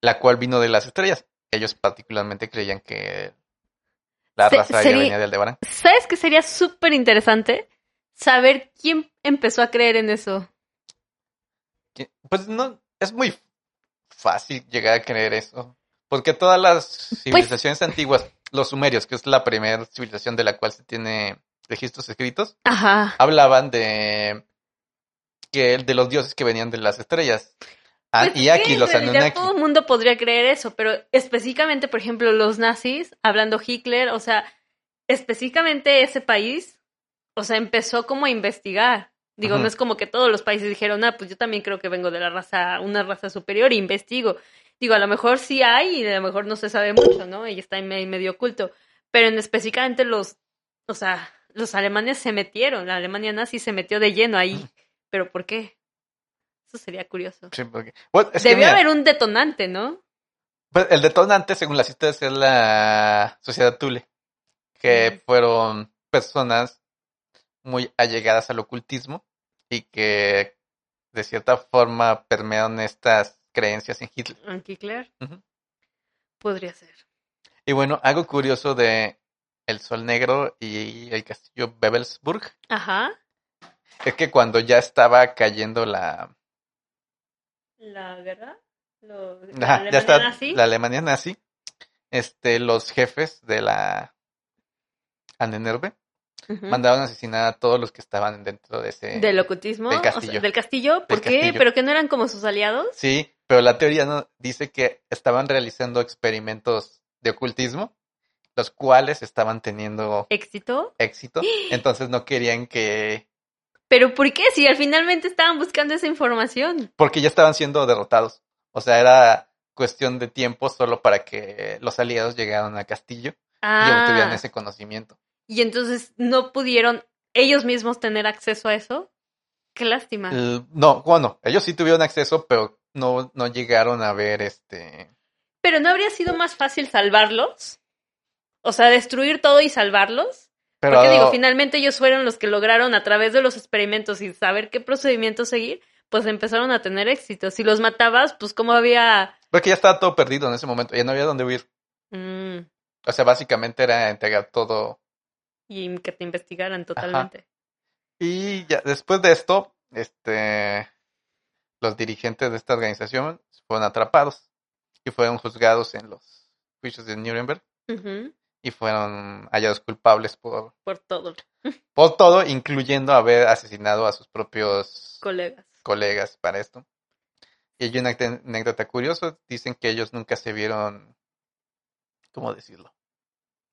S1: la cual vino de las estrellas. Ellos particularmente creían que la
S2: Se-
S1: raza aria
S2: sería-
S1: venía de Aldebarán.
S2: ¿Sabes que sería súper interesante saber quién empezó a creer en eso?
S1: que- Pues no, es muy fácil llegar a creer eso. Porque todas las
S2: Pues
S1: civilizaciones antiguas, los sumerios, que es la primera civilización de la cual se tiene registros escritos,
S2: Ajá.
S1: hablaban de que de los dioses que venían de las estrellas. Ah,
S2: Pues
S1: y
S2: es que
S1: aquí
S2: en
S1: los
S2: realidad
S1: Anunnaki.
S2: Todo el mundo podría creer eso, pero específicamente, por ejemplo, los nazis, hablando Hitler, o sea, específicamente ese país, o sea, empezó como a investigar. Digo,
S1: Ujú.
S2: no es como que todos los países dijeron, ah, pues yo también creo que vengo de la raza, una raza superior, e investigo. Digo, a lo mejor sí hay y a lo mejor no se sabe mucho, ¿no? Y está ahí me- medio oculto. Pero en específicamente los, o sea, los alemanes se metieron, la Alemania nazi se metió de lleno ahí. ¿Pero por qué? Eso sería curioso.
S1: Sí, porque- bueno, es que
S2: Debió
S1: mira,
S2: haber un detonante, ¿no?
S1: pues, el detonante, según las citas, es la sociedad Tule, que
S2: Sí.
S1: fueron personas muy allegadas al ocultismo y que de cierta forma permearon estas creencias en Hitler.
S2: Anki Claire.
S1: Ujú.
S2: Podría ser.
S1: Y bueno, algo curioso de El Sol Negro y el castillo Bebelsburg
S2: Ajá.
S1: es que cuando ya estaba cayendo la,
S2: La guerra. Lo, la
S1: Ajá, ya
S2: Alemania
S1: está
S2: nazi.
S1: la Alemania nazi. Este, los jefes de la Anenerve
S2: Ujú.
S1: mandaron a asesinar a todos los que estaban dentro de ese.
S2: Del ocultismo.
S1: eh, del
S2: o sea,
S1: castillo.
S2: del castillo. ¿Por
S1: Del
S2: qué?
S1: castillo.
S2: ¿Pero que no eran como sus aliados?
S1: Sí, pero la teoría no dice que estaban realizando experimentos de ocultismo, los cuales estaban teniendo
S2: ¿Éxito?
S1: éxito. Entonces no querían que.
S2: ¿Pero por qué? Si al finalmente estaban buscando esa información.
S1: Porque ya estaban siendo derrotados. O sea, era cuestión de tiempo solo para que los aliados llegaran al castillo y obtuvieran
S2: Ah.
S1: ese conocimiento.
S2: Y entonces no pudieron ellos mismos tener acceso a eso. Qué lástima.
S1: El- no, bueno, ellos sí tuvieron acceso, pero no, no llegaron a ver este.
S2: Pero ¿no habría sido más fácil salvarlos? O sea, destruir todo y salvarlos.
S1: Pero
S2: Porque digo, finalmente ellos fueron los que lograron a través de los experimentos y saber qué procedimiento seguir, pues empezaron a tener éxito. Si los matabas, pues cómo había
S1: Porque ya estaba todo perdido en ese momento, ya no había dónde huir.
S2: Mm,
S1: O sea, básicamente era entregar todo.
S2: y que te investigaran totalmente.
S1: Y ya después de esto, este, los dirigentes de esta organización fueron atrapados y fueron juzgados en los juicios de Nuremberg
S2: Ujú,
S1: y fueron hallados culpables por,
S2: Por todos los
S1: por todo, incluyendo haber asesinado a sus propios
S2: colegas.
S1: colegas para esto. Y hay una acte- anécdota curiosa, dicen que ellos nunca se vieron, ¿cómo decirlo?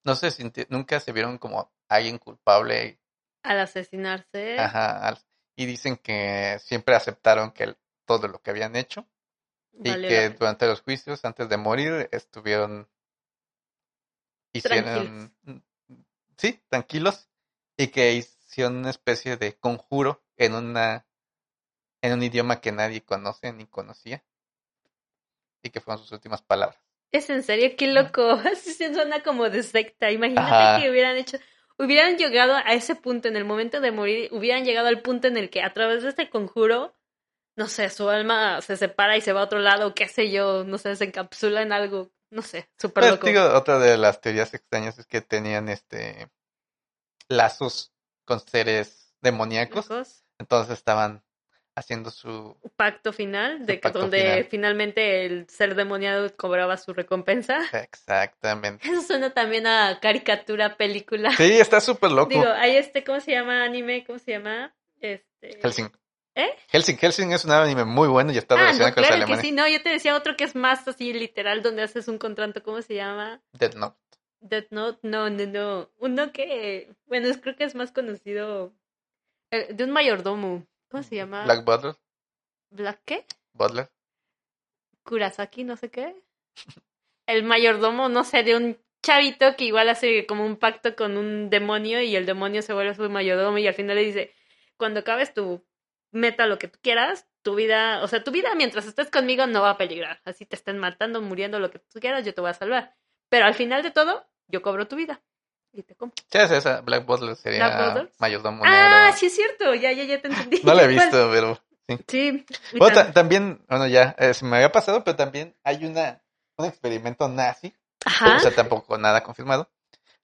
S1: No se sinti- nunca se vieron como alguien culpable,
S2: Al asesinarse.
S1: ajá, al- y dicen que siempre aceptaron que el- todo lo que habían hecho y
S2: valió la
S1: que
S2: pena.
S1: durante los juicios, antes de morir, estuvieron, hicieron, mm, sí, tranquilos, y que hicieron una especie de conjuro en una, en un idioma que nadie conoce ni conocía, y que fueron sus últimas palabras.
S2: Es en serio, qué loco. Así se suena como de secta. Imagínate
S1: Ah. Ajá.
S2: que hubieran hecho, hubieran llegado a ese punto en el momento de morir, hubieran llegado al punto en el que a través de este conjuro, no sé, su alma se separa y se va a otro lado, qué sé yo, no sé, se encapsula en algo, no sé, súper
S1: Pues,
S2: loco.
S1: digo, otra de las teorías extrañas es que tenían este lazos con seres demoníacos,
S2: Locos.
S1: entonces estaban haciendo su
S2: Pacto final, de que-
S1: pacto
S2: donde
S1: final.
S2: finalmente el ser demoniado cobraba su recompensa.
S1: exactamente.
S2: Eso suena también a caricatura, película.
S1: Sí, está súper loco.
S2: Digo, hay este, ¿cómo se llama? Anime, ¿cómo se llama? Este...
S1: Helsing.
S2: ¿Eh?
S1: Helsing, Helsing es un anime muy bueno y está
S2: Ah,
S1: relacionado
S2: no,
S1: con los
S2: claro que
S1: alemanes.
S2: sí, no, yo te decía otro que es más así literal, donde haces un contrato, ¿cómo se llama?
S1: Death Note.
S2: Death Note, no, no, no, uno que, bueno, es- creo que es más conocido, eh, de un mayordomo, ¿cómo se llama? Black,
S1: Black Butler.
S2: qué?
S1: Butler.
S2: Kurasaki, no sé qué. El mayordomo, no sé, de un chavito que igual hace como un pacto con un demonio y el demonio se vuelve su mayordomo y al final le dice, cuando acabes tu meta, lo que tú quieras, tu vida, o sea, tu vida mientras estés conmigo no va a peligrar. Así te estén matando, muriendo, lo que tú quieras, yo te voy a salvar. Pero al final de todo, yo cobro tu vida. Y te compro.
S1: ¿Qué es esa? Black Butler sería
S2: Black Butler.
S1: mayordomo
S2: Ah,
S1: negro.
S2: sí es cierto, ya, ya, ya te entendí.
S1: No la he
S2: ¿Cuál?
S1: visto, pero...
S2: Sí. y
S1: Bueno, ta-
S2: tan-
S1: también, bueno, ya, eh, se me había pasado, pero también hay una, un experimento nazi,
S2: Ajá.
S1: o sea, tampoco nada confirmado,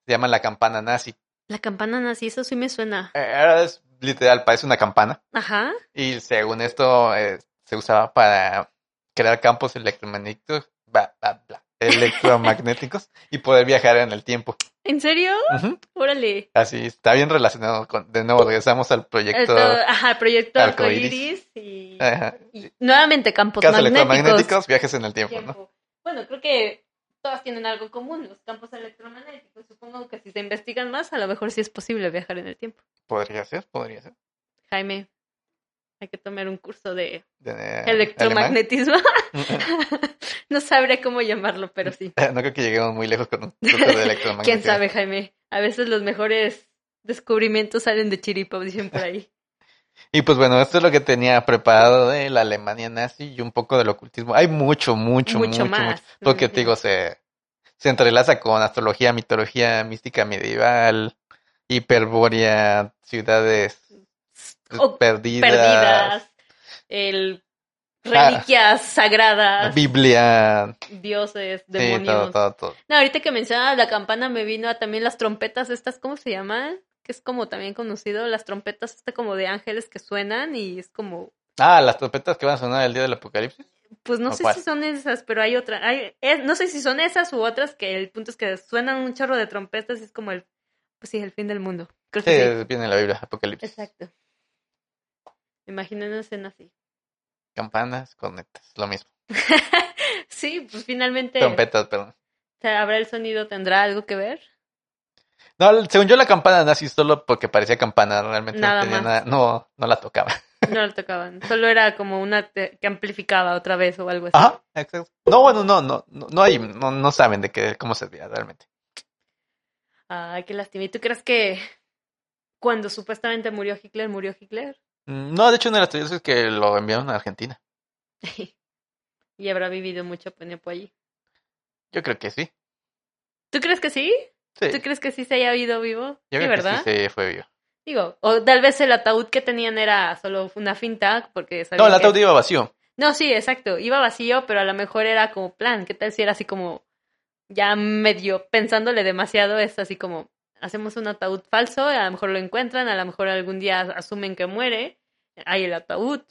S1: se llama la campana nazi.
S2: La campana nazi, eso sí me suena.
S1: Eh, Es literal, parece una campana,
S2: Ajá.
S1: y según esto eh, se usaba para crear campos electromagnéticos, bla, bla, bla, electromagnéticos y poder viajar en el tiempo.
S2: ¿En serio?
S1: Ujú.
S2: Órale.
S1: Así, está bien relacionado con, de nuevo, regresamos al proyecto. Ah,
S2: Esto- ajá, proyecto
S1: Arcoiris.
S2: arcoiris y,
S1: ajá,
S2: y nuevamente campos
S1: Campos
S2: pues, magnéticos.
S1: electromagnéticos, viajes en el tiempo, ¿no?
S2: Tiempo. Bueno, creo que todas tienen algo en común, los campos electromagnéticos. Supongo que si se investigan más, a lo mejor sí es posible viajar en el tiempo.
S1: Podría ser, podría ser.
S2: Jaime, hay que tomar un curso de
S1: De- alemán.
S2: electromagnetismo. no sabré cómo llamarlo, pero sí.
S1: No creo que lleguemos muy lejos con un truco de electromagnetismo.
S2: ¿Quién sabe, Jaime? A veces los mejores descubrimientos salen de chiripa, dicen por ahí.
S1: Y pues bueno, esto es lo que tenía preparado de la Alemania nazi y un poco del ocultismo. Hay mucho, mucho, mucho, mucho.
S2: Mucho más, me
S1: Porque te digo,
S2: imagino.
S1: se, se entrelaza con astrología, mitología, mística medieval, hiperborea, ciudades
S2: O-
S1: perdidas,
S2: perdidas, el reliquias
S1: la
S2: sagradas,
S1: Biblia,
S2: dioses,
S1: Ah. sí, todo,
S2: demonios.
S1: todo, todo.
S2: No, ahorita que mencionaba la campana me vino a también las trompetas estas, ¿cómo se llaman? Que es como también conocido, las trompetas este como de ángeles que suenan y es como,
S1: Ah, las trompetas que van a sonar el día del apocalipsis.
S2: pues no
S1: ¿O
S2: sé
S1: cuál?
S2: si son esas, pero hay otra, hay, es- no sé si son esas u otras que el punto es que suenan un chorro de trompetas y es como el, pues sí, el fin del mundo. Creo
S1: Sí,
S2: que sí.
S1: viene en la Biblia, apocalipsis.
S2: Exacto. Imaginen una escena así.
S1: Campanas, cornetas, lo mismo.
S2: Sí, pues finalmente...
S1: Trompetas, perdón.
S2: O sea, ¿Habrá el sonido? ¿Tendrá algo que ver?
S1: No, según yo la campana nazi solo porque parecía campana, realmente
S2: Nada
S1: no tenía
S2: más.
S1: nada, no, no la tocaba.
S2: No lo tocaban. Solo era como una te- que amplificaba otra vez o algo así.
S1: Ajá, exacto. No, bueno, no, no, no, no hay, no, no saben de qué, cómo servía realmente.
S2: Ay, qué lástima. ¿Y tú crees que cuando supuestamente murió Hitler, murió Hitler?
S1: Mm, No, de hecho una de las teorías es que lo enviaron a Argentina.
S2: y habrá vivido mucho tiempo allí.
S1: Yo creo que sí.
S2: ¿Tú crees que sí?
S1: Sí,
S2: ¿Tú crees que sí se haya ido vivo?
S1: yo
S2: sí,
S1: creo
S2: ¿verdad?
S1: que sí se fue vivo.
S2: Digo, o tal vez el ataúd que tenían era solo una finta, porque
S1: No,
S2: sabían
S1: el
S2: que-
S1: ataúd iba vacío.
S2: No, sí, exacto. Iba vacío, pero a lo mejor era como plan. ¿Qué tal si era así como ya medio pensándole demasiado? Es así como hacemos un ataúd falso, a lo mejor lo encuentran, a lo mejor algún día asumen que muere, hay el ataúd.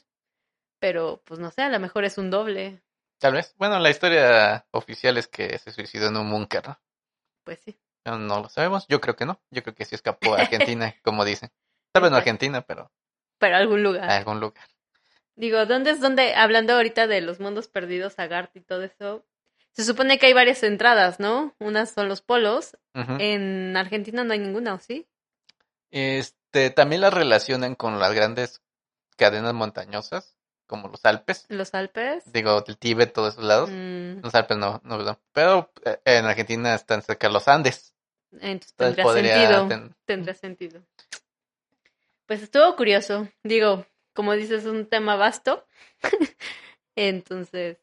S2: Pero pues no sé, a lo mejor es un doble.
S1: Tal vez. Bueno, la historia oficial es que se suicidó en un búnker, ¿no?
S2: Pues sí.
S1: No, no lo sabemos. Yo creo que no. Yo creo que sí escapó a Argentina, como dicen. Tal vez no a Argentina, pero
S2: Pero algún
S1: a
S2: lugar.
S1: algún lugar.
S2: Digo, ¿dónde es donde, hablando ahorita de los mundos perdidos, Agart y todo eso? Se supone que hay varias entradas, ¿no? Unas son los polos.
S1: Ujú.
S2: En Argentina no hay ninguna, ¿o sí?
S1: Este, también la relacionan con las grandes cadenas montañosas, como los Alpes.
S2: Los Alpes.
S1: Digo, el Tíbet, todos esos lados.
S2: Mm,
S1: Los Alpes no, no, no. Pero eh, en Argentina están cerca los Andes.
S2: entonces
S1: Entonces
S2: tendría
S1: podría
S2: sentido.
S1: ten-
S2: Tendría sentido. Pues estuvo curioso. Digo, como dices, es un tema vasto. entonces.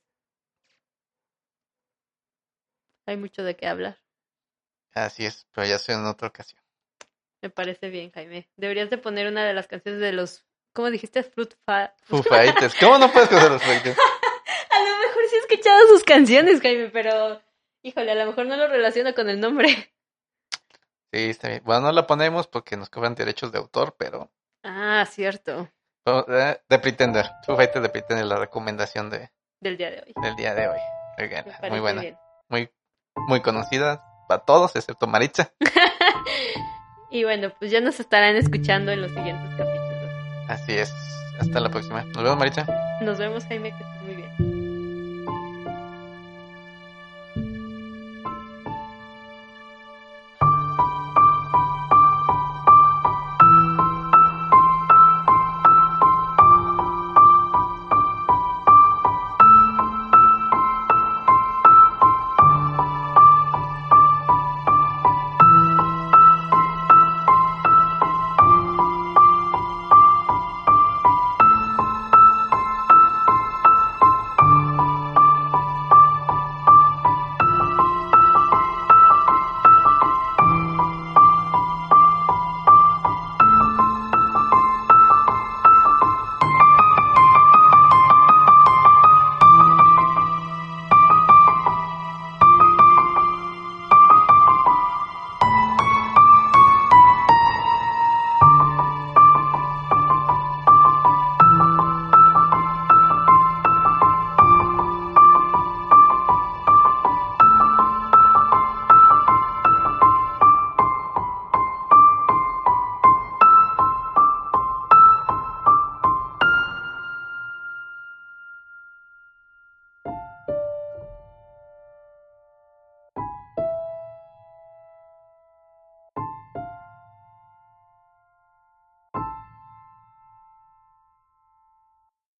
S2: Hay mucho de qué hablar.
S1: Así es, pero ya sea en otra ocasión.
S2: Me parece bien, Jaime. Deberías de poner una de las canciones de los. ¿Cómo dijiste? Fruit Fa-
S1: Foo Fighters. ¿Cómo no puedes conocer los Foo Fighters?
S2: A lo mejor sí he escuchado sus canciones, Jaime, pero híjole, a lo mejor no lo relaciono con el nombre.
S1: Sí, está bien. Bueno, no la ponemos porque nos cobran derechos de autor, pero
S2: Ah, cierto,
S1: vamos, eh, de Pretender. Foo Fighters de Pretender, la recomendación de,
S2: del día de hoy.
S1: del día de hoy. Muy buena,
S2: Me
S1: muy
S2: parece
S1: buena.
S2: bien.
S1: Muy, muy conocida para todos, excepto Maritza.
S2: Y bueno, pues ya nos estarán escuchando en los siguientes capítulos.
S1: Así es. Hasta la próxima. Nos vemos, Maritza.
S2: Nos vemos, Jaime, que estés muy bien.